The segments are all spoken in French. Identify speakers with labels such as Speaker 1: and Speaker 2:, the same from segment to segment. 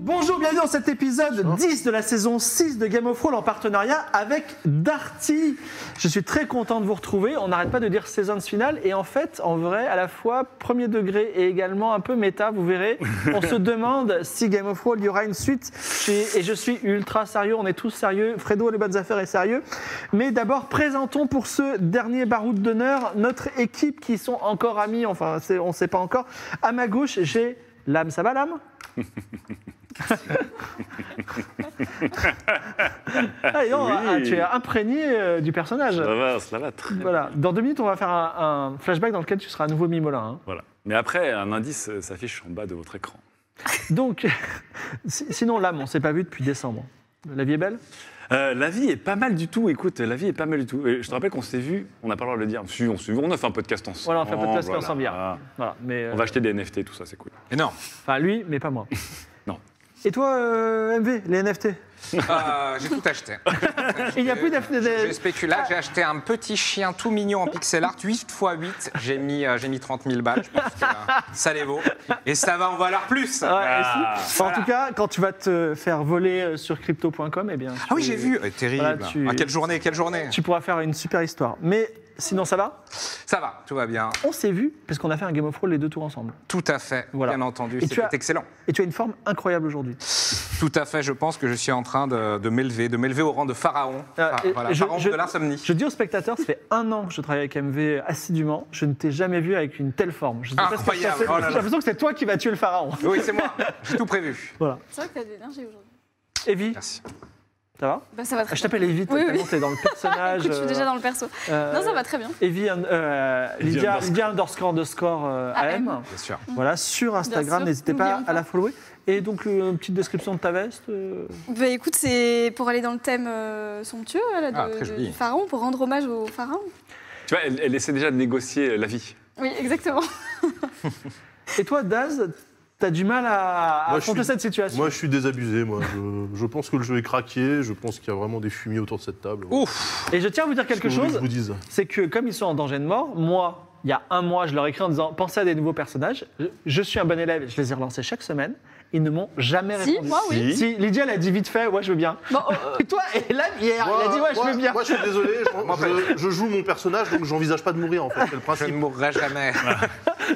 Speaker 1: Bonjour, bienvenue dans cet épisode 10 de la saison 6 de Game of Thrones en partenariat avec Darty. Je suis très content de vous retrouver. On n'arrête pas de dire saison finale et en fait, en vrai, à la fois premier degré et également un peu méta, vous verrez, on se demande si Game of Thrones il y aura une suite. Je- Et je suis ultra sérieux, on est tous sérieux. Fredo, les bonnes affaires est sérieux. Mais d'abord, présentons pour ce dernier baroud d'honneur notre équipe qui sont encore amis, enfin, c'est- on ne sait pas encore. À ma gauche, j'ai l'âme, ça va l'âme Ah, dis donc,
Speaker 2: Oui.
Speaker 1: ah, tu es imprégné euh, du personnage.
Speaker 2: Ça va, ça va très bien.
Speaker 1: Voilà. Dans deux minutes, on va faire un, un flashback dans lequel tu seras à nouveau Mimolin. hein.
Speaker 2: Voilà. Mais après, un indice euh, s'affiche en bas de votre écran.
Speaker 1: Donc, si- sinon, l'âme, on s'est pas vu depuis décembre. La vie est belle
Speaker 2: Euh, la vie est pas mal du tout, écoute, la vie est pas mal du tout. Et je te rappelle qu'on s'est vu, on n'a pas le droit de le dire. Si, on s'est vu, on a fait un podcast ensemble.
Speaker 1: Voilà, on a fait un podcast
Speaker 2: voilà.
Speaker 1: ensemble hier. Voilà. Mais, euh,
Speaker 2: On va acheter des NFT, tout ça, c'est cool.
Speaker 3: Énorme.
Speaker 1: Enfin, lui, mais pas moi.
Speaker 2: Non.
Speaker 1: Et toi, euh, MV, les NFT
Speaker 3: Euh, j'ai tout acheté.
Speaker 1: Il n'y a plus d'NFT.
Speaker 3: J'ai spéculé, j'ai acheté un petit chien tout mignon en pixel art, 8 x 8. J'ai mis, euh, j'ai mis 30 000 balles, je pense que euh, ça les vaut. Et ça va en valoir plus.
Speaker 1: Ouais,
Speaker 3: Ah,
Speaker 1: et si. En tout cas, quand tu vas te faire voler euh, sur crypto.com, eh bien. tu-
Speaker 3: oui, j'ai vu. Euh, Terrible.
Speaker 1: Voilà, tu-
Speaker 3: Ah, quelle journée, quelle journée.
Speaker 1: Tu pourras faire une super histoire. Mais sinon, ça va
Speaker 3: Ça va, tout va bien.
Speaker 1: On s'est vu, parce qu'on a fait un Game of Thrones les deux tours ensemble.
Speaker 3: Tout à fait,
Speaker 1: Voilà.
Speaker 3: bien entendu.
Speaker 1: Et tu
Speaker 3: C'était
Speaker 1: as-
Speaker 3: excellent.
Speaker 1: Et tu as une forme incroyable aujourd'hui.
Speaker 3: Tout à fait, je pense que je suis en train de, de m'élever, de m'élever au rang de pharaon.
Speaker 1: Ah,
Speaker 3: Enfin,
Speaker 1: et-
Speaker 3: voilà,
Speaker 1: et je-
Speaker 3: pharaon
Speaker 1: je-
Speaker 3: de l'insomnie.
Speaker 1: Je dis aux spectateurs, ça fait un an que je travaille avec MV assidûment. Je ne t'ai jamais vu avec une telle forme. Je sais pas ce que ça
Speaker 3: Incroyable.
Speaker 1: fait.
Speaker 3: Oh là là.
Speaker 1: J'ai l'impression que c'est toi qui vas tuer le pharaon.
Speaker 3: Oui, c'est moi. J'ai tout prévu.
Speaker 1: Voilà.
Speaker 4: C'est vrai que t'as de l'énergie aujourd'hui.
Speaker 1: Evie,
Speaker 3: Merci.
Speaker 1: ça va
Speaker 4: Bah, ça va
Speaker 1: Ah,
Speaker 4: très
Speaker 1: Je t'appelle Evie,
Speaker 4: Oui,
Speaker 1: tellement t'es dans le personnage.
Speaker 4: Écoute, je suis déjà dans le perso.
Speaker 1: euh,
Speaker 4: Non, ça va très bien.
Speaker 1: Evie, euh,
Speaker 2: Evie
Speaker 1: Lydia,
Speaker 2: underscore.
Speaker 1: Lydia underscore underscore euh, AM.
Speaker 4: AM.
Speaker 3: Bien sûr.
Speaker 1: Voilà, sur Instagram,
Speaker 4: Ah, sûr,
Speaker 1: n'hésitez pas
Speaker 4: n'oublions
Speaker 1: à
Speaker 4: pas.
Speaker 1: la follower. Et donc, le- une petite description de ta veste. euh,
Speaker 4: Bah écoute, c'est pour aller dans le thème euh, somptueux là, de,
Speaker 3: Ah, très joli.
Speaker 4: du pharaon, pour rendre hommage au pharaon.
Speaker 2: Tu vois, elle, elle essaie déjà de négocier la vie.
Speaker 4: Oui, exactement.
Speaker 1: Et toi, Daz, t'as du mal à, à
Speaker 5: Moi, je
Speaker 1: affronter
Speaker 5: suis-
Speaker 1: cette situation
Speaker 5: Moi, je suis désabusé, moi. Je, je pense que le jeu est craqué, je pense qu'il y a vraiment des fumiers autour de cette table.
Speaker 3: Ouf.
Speaker 1: Et je tiens à vous dire
Speaker 5: Qu'est-ce
Speaker 1: quelque
Speaker 5: que vous voulez que
Speaker 1: chose.
Speaker 5: je vous dise
Speaker 1: c'est que comme ils sont en danger de mort, moi, il y a un mois, je leur ai écrit en disant pensez à des nouveaux personnages. Je, je suis un bon élève, je les ai relancés chaque semaine. Ils ne m'ont jamais
Speaker 4: Si,
Speaker 1: répondu.
Speaker 4: moi, oui.
Speaker 1: Si, Lydia, elle a dit vite fait ouais, je veux bien.
Speaker 4: Bon, euh, euh,
Speaker 1: Et toi, et là, hier, elle Ah, a dit ouais, je
Speaker 5: moi,
Speaker 1: veux bien.
Speaker 5: Moi, je suis désolé, je, je- je joue mon personnage, donc j'envisage pas de mourir, en fait. C'est le
Speaker 3: Je ne
Speaker 5: principe.
Speaker 3: mourrai jamais.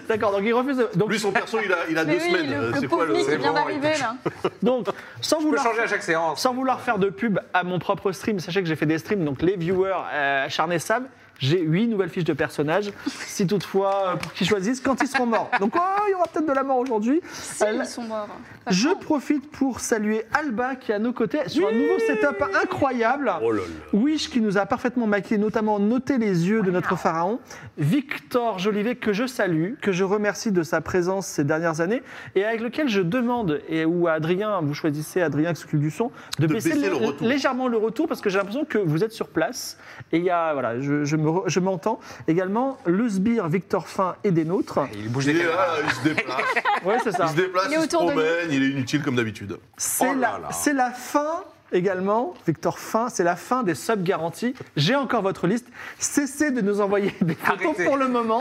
Speaker 1: D'accord, donc ils refusent. Donc,
Speaker 5: Lui, son perso, il a, il a
Speaker 4: mais
Speaker 5: deux
Speaker 4: oui,
Speaker 5: semaines.
Speaker 4: le,
Speaker 5: Euh,
Speaker 4: le
Speaker 5: C'est
Speaker 4: pauvre
Speaker 5: quoi le.
Speaker 4: Mick qui
Speaker 3: c'est
Speaker 4: vient
Speaker 3: bon,
Speaker 4: d'arriver là.
Speaker 1: donc, sans
Speaker 3: Je peux
Speaker 1: vouloir.
Speaker 3: changer à chaque séance.
Speaker 1: Sans vouloir faire de pub à mon propre stream, sachez que j'ai fait des streams, donc les viewers euh, acharnés savent, j'ai huit nouvelles fiches de personnages, si toutefois, euh, pour qu'ils choisissent quand ils seront morts. Donc, oh, il y aura peut-être de la mort aujourd'hui.
Speaker 4: Si,
Speaker 1: Elle-
Speaker 4: ils sont morts.
Speaker 1: Je profite pour saluer Alba qui est à nos côtés sur un nouveau setup incroyable.
Speaker 2: Oh là là.
Speaker 1: Wish qui nous a parfaitement maquillé, notamment noté les yeux de notre pharaon. Victor Jolivet que je salue, que je remercie de sa présence ces dernières années et avec lequel je demande, et ou à Adrien, vous choisissez Adrien qui s'occupe du son, de,
Speaker 5: De
Speaker 1: baisser,
Speaker 5: baisser
Speaker 1: le-
Speaker 5: le retour.
Speaker 1: légèrement le retour parce que j'ai l'impression que vous êtes sur place. Et il y a, voilà, je, je me re- je m'entends. Également, le sbire Victor Fin et des nôtres.
Speaker 3: Il bouge des
Speaker 5: Il est
Speaker 3: caméras.
Speaker 5: là, il se déplace,
Speaker 1: Ouais, c'est ça.
Speaker 5: il se déplace,
Speaker 4: Il est
Speaker 5: il se
Speaker 4: autour de
Speaker 5: promène, il est inutile comme d'habitude.
Speaker 1: C'est
Speaker 3: Oh là
Speaker 1: la,
Speaker 3: là.
Speaker 1: c'est la fin également, Victor Fin, c'est la fin des subs garantis. J'ai encore votre liste. Cessez de nous envoyer des photos
Speaker 3: Arrêtez.
Speaker 1: pour le moment.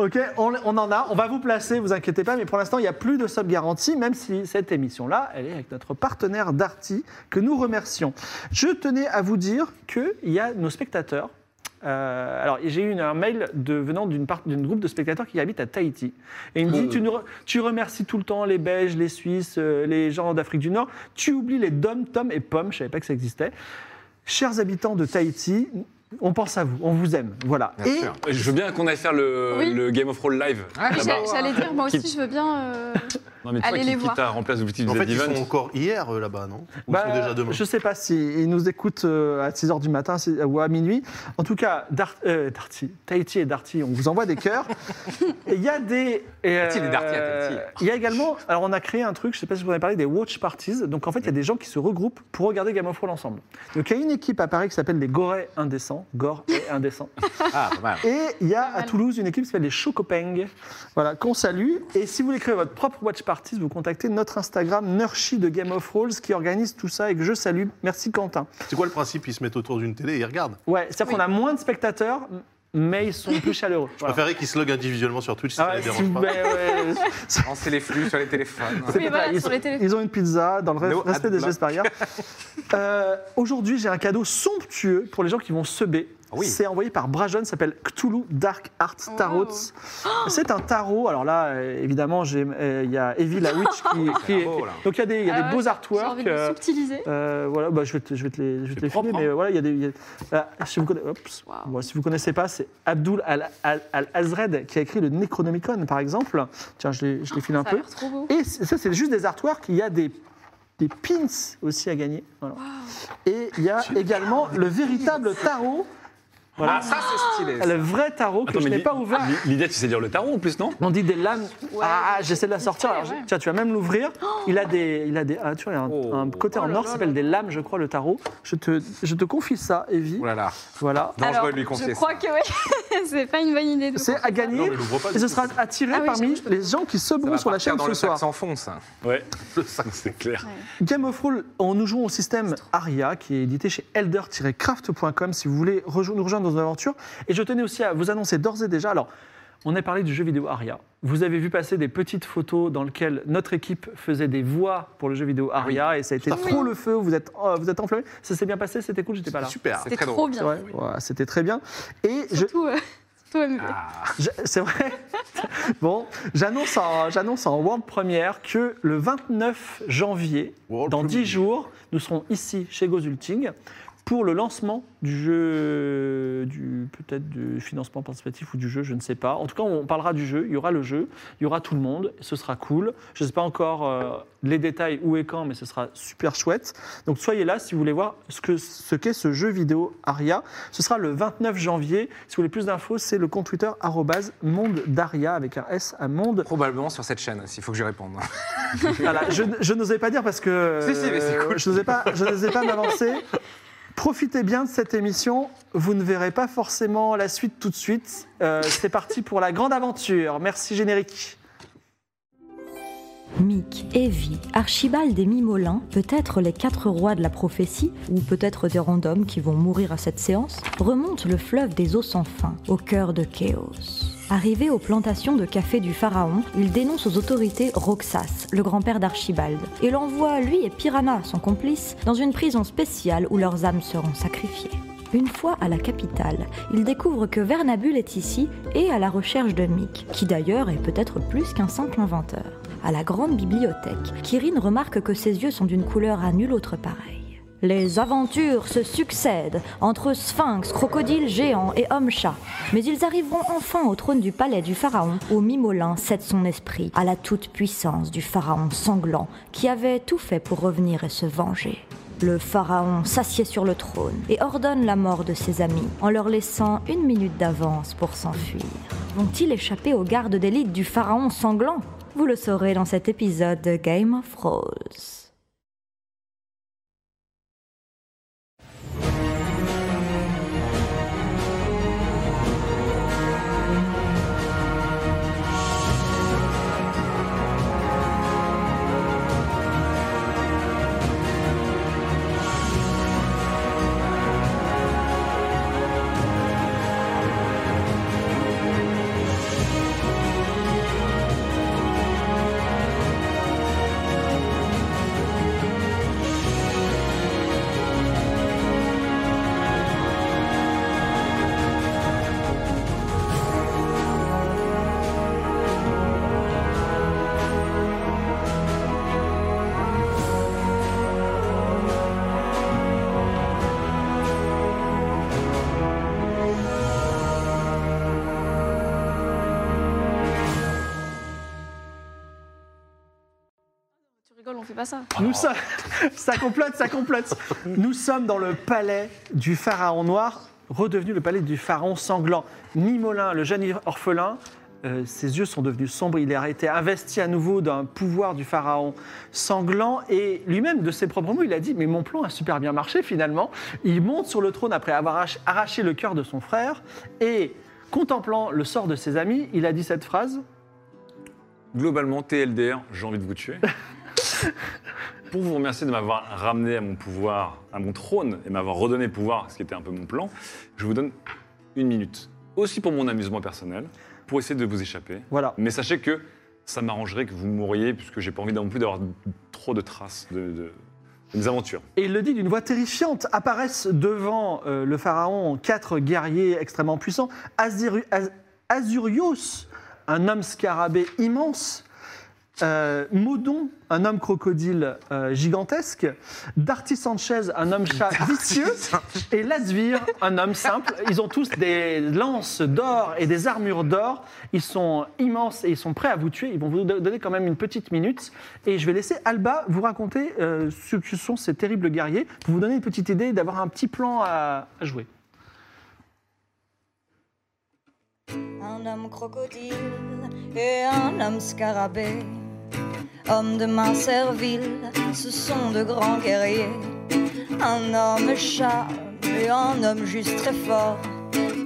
Speaker 1: Ok, on, on en a, on va vous placer, vous inquiétez pas, mais pour l'instant, il n'y a plus de subs garantis, même si cette émission-là, elle est avec notre partenaire Darty, que nous remercions. Je tenais à vous dire qu'il y a nos spectateurs. euh, alors, j'ai eu une- un mail de, venant d'une part- d'une groupe de spectateurs qui habitent à Tahiti. Et il me
Speaker 3: euh.
Speaker 1: dit, tu, nous re- tu remercies tout le temps les Belges, les Suisses, euh, les gens d'Afrique du Nord. Tu oublies les Dom, Tom et Pomme. Je savais pas que ça existait. Chers habitants de Tahiti, On pense à vous, on vous aime. Voilà.
Speaker 3: Bien
Speaker 1: Et
Speaker 3: sûr.
Speaker 2: Je veux bien qu'on aille faire le,
Speaker 4: Oui.
Speaker 2: le Game of Roll live.
Speaker 3: Ah,
Speaker 4: Oui,
Speaker 3: bah,
Speaker 4: J'allais j'allais dire, moi aussi,
Speaker 2: Qui-
Speaker 4: je veux bien. euh,
Speaker 2: Non, mais toi
Speaker 4: Allez
Speaker 2: qui,
Speaker 4: les
Speaker 2: qui
Speaker 4: voir.
Speaker 2: t'a remplacé au petit
Speaker 5: En fait, ils
Speaker 2: event.
Speaker 5: sont encore hier euh, là-bas, non Ou ils
Speaker 1: Bah,
Speaker 5: sont déjà demain
Speaker 1: Je sais pas s'ils nous écoutent euh, à 6h du matin si- ou à minuit. En tout cas, Dar- euh, Darty, Tahiti et Darty, on vous envoie des cœurs. Et Il y a des. et,
Speaker 3: Tahiti et Darty à Tahiti.
Speaker 1: Il y a également. Alors, on a créé un truc, je sais pas si vous en avez parlé, des watch parties. Donc, en fait, il y a des gens qui se regroupent pour regarder Game of Thrones ensemble. Donc, il y a une équipe à Paris qui s'appelle les Gorets Indécents. Gore et Indécents.
Speaker 3: Ah, pas mal.
Speaker 1: Et il y a à
Speaker 4: mal.
Speaker 1: Toulouse une équipe qui s'appelle les Chocopeng, voilà, qu'on salue. Et si vous voulez créer votre propre Watch Parties, vous contactez notre Instagram, Nurshi de Game of Rolls, qui organise tout ça et que je salue. Merci Quentin.
Speaker 5: C'est quoi le principe Ils se mettent autour d'une télé et ils regardent.
Speaker 1: Ouais, c'est-à-dire qu'on
Speaker 4: Oui.
Speaker 1: a moins de spectateurs, mais ils sont plus chaleureux.
Speaker 5: Je
Speaker 1: Voilà.
Speaker 5: préférais qu'ils se loguent individuellement sur Twitch si
Speaker 1: Ah
Speaker 5: ça
Speaker 1: ouais,
Speaker 5: les
Speaker 1: si-
Speaker 5: dérange pas.
Speaker 1: ben ouais,
Speaker 3: Lancer les flux sur les téléphones.
Speaker 1: c'est
Speaker 4: Oui,
Speaker 1: pas
Speaker 4: voilà,
Speaker 1: ça. ils,
Speaker 4: sur
Speaker 1: sont-
Speaker 4: les téléphones.
Speaker 1: ils ont une pizza dans le
Speaker 3: No
Speaker 1: respect des
Speaker 3: adblock.
Speaker 1: gestes barrières. Euh, Aujourd'hui, j'ai un cadeau somptueux pour les gens qui vont se b.
Speaker 3: Oui.
Speaker 1: C'est envoyé par Brajon, ça s'appelle Cthulhu Dark Art Tarot. C'est un tarot. Alors là, euh, évidemment, j'ai- euh, il y a Evie la Witch qui. qui est-
Speaker 3: beau, là.
Speaker 1: donc il y a des, il y a des
Speaker 4: Ah ouais,
Speaker 1: beaux
Speaker 4: j'ai- J'ai envie
Speaker 1: artworks.
Speaker 4: de le
Speaker 1: euh,
Speaker 4: subtiliser.
Speaker 1: euh, voilà, bah, je vais te, je vais te les, je vais te les
Speaker 2: propre,
Speaker 1: filmer, mais
Speaker 3: hein.
Speaker 1: euh, voilà, il y a des. il y a- Ah, si, vous conna- Oups.
Speaker 4: Wow.
Speaker 1: Bon, si vous connaissez pas, c'est Abdul Al-Azred qui a écrit le Necronomicon, par exemple. Tiens, je les, je les file un
Speaker 4: Ah, Ça a
Speaker 1: peu.
Speaker 4: l'air trop beau.
Speaker 1: Et c- ça, c'est juste des artworks. Il y a des, des pins aussi à gagner. Voilà. Et il y a également le véritable tarot,
Speaker 3: Ah, ça, c'est stylé.
Speaker 1: le vrai tarot que
Speaker 2: Attends,
Speaker 1: je
Speaker 2: mais
Speaker 1: n'ai
Speaker 2: Li-
Speaker 1: pas ouvert.
Speaker 2: Li- Lydia, tu sais lire le tarot en plus, non
Speaker 1: On dit des lames. ah, ah, j'essaie de la sortir.
Speaker 4: ouais,
Speaker 1: Alors, j'ai-
Speaker 4: ouais.
Speaker 1: Tiens, tu vas même l'ouvrir. Il a des, il a des. Ah, tu vois, il y a un,
Speaker 3: Oh.
Speaker 1: un côté
Speaker 3: Oh
Speaker 1: en
Speaker 3: là
Speaker 1: or qui
Speaker 3: là
Speaker 1: s'appelle des lames, je crois, le tarot. Je te, je te confie ça, Evie.
Speaker 3: Oh là là.
Speaker 1: Voilà.
Speaker 3: Dangereux
Speaker 4: Alors,
Speaker 3: de lui confier
Speaker 4: Je crois
Speaker 3: ça.
Speaker 4: que oui, c'est pas une bonne idée. de-
Speaker 1: C'est à
Speaker 5: Non,
Speaker 1: gagner.
Speaker 5: mais l'ouvre pas,
Speaker 1: Et
Speaker 5: du
Speaker 1: ce
Speaker 5: coup.
Speaker 1: sera attiré
Speaker 4: Ah oui,
Speaker 1: parmi
Speaker 4: j'avoue,
Speaker 1: les gens qui
Speaker 3: Ça
Speaker 1: sauront
Speaker 3: va
Speaker 1: sur la
Speaker 3: partir
Speaker 1: chaîne
Speaker 3: dans
Speaker 1: ce
Speaker 3: le sac hein.
Speaker 1: soir.
Speaker 3: sans fond, ça.
Speaker 2: Ouais. C'est clair.
Speaker 1: Game of Roll, on nous joue au système Aria, qui est édité chez elder-craft.com si vous voulez rejo- nous rejoindre dans nos aventures. Et je tenais aussi à vous annoncer d'ores et déjà, alors, on a parlé du jeu vidéo Aria. Vous avez vu passer des petites photos dans lesquelles notre équipe faisait des voix pour le jeu vidéo Aria, et ça a été trop le feu, vous êtes, oh, vous êtes enflammés. Ça s'est bien passé, c'était cool, j'étais pas là.
Speaker 5: Super.
Speaker 3: C'est
Speaker 4: C'était
Speaker 3: très
Speaker 4: trop
Speaker 3: drôle.
Speaker 4: bien.
Speaker 1: C'est vrai, ouais, c'était très bien. Et je,
Speaker 4: Surtout, euh, surtout MV.
Speaker 1: je- C'est vrai. Bon, j'annonce en, j'annonce en world première que le 29 janvier,
Speaker 5: World
Speaker 1: dans 10
Speaker 5: premiere.
Speaker 1: jours, nous serons ici chez Gozulting pour le lancement du jeu, du peut-être du financement participatif ou du jeu, je ne sais pas. En tout cas, on parlera du jeu. Il y aura le jeu, il y aura tout le monde. Ce sera cool. Je ne sais pas encore euh, les détails où et quand, mais ce sera super chouette. Donc soyez là si vous voulez voir ce que ce qu'est ce jeu vidéo Aria. Ce sera le 29 janvier. Si vous voulez plus d'infos, c'est le compte Twitter arrobase monde d'Aria avec un S à monde.
Speaker 3: Probablement sur cette chaîne, s'il faut que j'y réponde.
Speaker 1: Voilà, je, je n'osais pas dire parce que
Speaker 3: Si, si, mais c'est
Speaker 1: euh,
Speaker 3: cool.
Speaker 1: je n'osais pas, je n'osais pas m'avancer. Profitez bien de cette émission. Vous ne verrez pas forcément la suite tout de suite. Euh, c'est parti pour la grande aventure. Merci générique.
Speaker 6: Mick, Evie, Archibald et Mimolin, peut-être les quatre rois de la prophétie, ou peut-être des randoms qui vont mourir à cette séance, remontent le fleuve des eaux sans fin, au cœur de Chaos. Arrivés aux plantations de café du pharaon, ils dénoncent aux autorités Roxas, le grand-père d'Archibald, et l'envoient, lui et Piranha, son complice, dans une prison spéciale où leurs âmes seront sacrifiées. Une fois à la capitale, ils découvrent que Vernabule est ici et à la recherche de Mick, qui d'ailleurs est peut-être plus qu'un simple inventeur. À la grande bibliothèque, Kirin remarque que ses yeux sont d'une couleur à nulle autre pareille. Les aventures se succèdent entre sphinx, crocodiles géants et hommes-chats. Mais ils arriveront enfin au trône du palais du pharaon, où Mimolin cède son esprit à la toute-puissance du pharaon sanglant, qui avait tout fait pour revenir et se venger. Le pharaon s'assied sur le trône et ordonne la mort de ses amis en leur laissant une minute d'avance pour s'enfuir. Vont-ils échapper aux gardes d'élite du pharaon sanglant Vous le saurez dans cet épisode de Game of Thrones.
Speaker 4: Tu rigoles, on fait pas ça.
Speaker 1: Nous sommes... ça complote, ça complote. Nous sommes dans le palais du pharaon noir, redevenu le palais du pharaon sanglant. Mimolin, le jeune orphelin, euh, ses yeux sont devenus sombres. Il a été investi à nouveau d'un pouvoir du pharaon sanglant. Et lui-même, de ses propres mots, il a dit Mais mon plan a super bien marché finalement. Il monte sur le trône après avoir arrach- arraché le cœur de son frère. Et contemplant le sort de ses amis, il a dit cette phrase
Speaker 2: Globalement, TLDR, j'ai envie de vous tuer. Pour vous remercier de m'avoir ramené à mon pouvoir, à mon trône, et m'avoir redonné le pouvoir, ce qui était un peu mon plan, je vous donne une minute. Aussi pour mon amusement personnel, pour essayer de vous échapper.
Speaker 1: Voilà.
Speaker 2: Mais sachez que ça m'arrangerait que vous mouriez, puisque j'ai pas envie non plus d'avoir trop de traces de, de- de mes aventures.
Speaker 1: Et il le dit d'une voix terrifiante. Apparaissent devant euh, le pharaon quatre guerriers extrêmement puissants. Azir- Az- Azurios, un homme scarabée immense. Euh, Modon, un homme crocodile euh, gigantesque. Darty Sanchez, un homme chat vicieux. Et Lasvir, un homme simple. Ils ont tous des lances d'or et des armures d'or. Ils sont immenses et ils sont prêts à vous tuer. Ils vont vous do- donner quand même une petite minute. Et je vais laisser Alba vous raconter euh, ce que sont ces terribles guerriers pour vous donner une petite idée d'avoir un petit plan à, à jouer.
Speaker 7: Un homme crocodile et un homme scarabée. Hommes de main servile, ce sont de grands guerriers. Un homme chat et un homme juste très fort.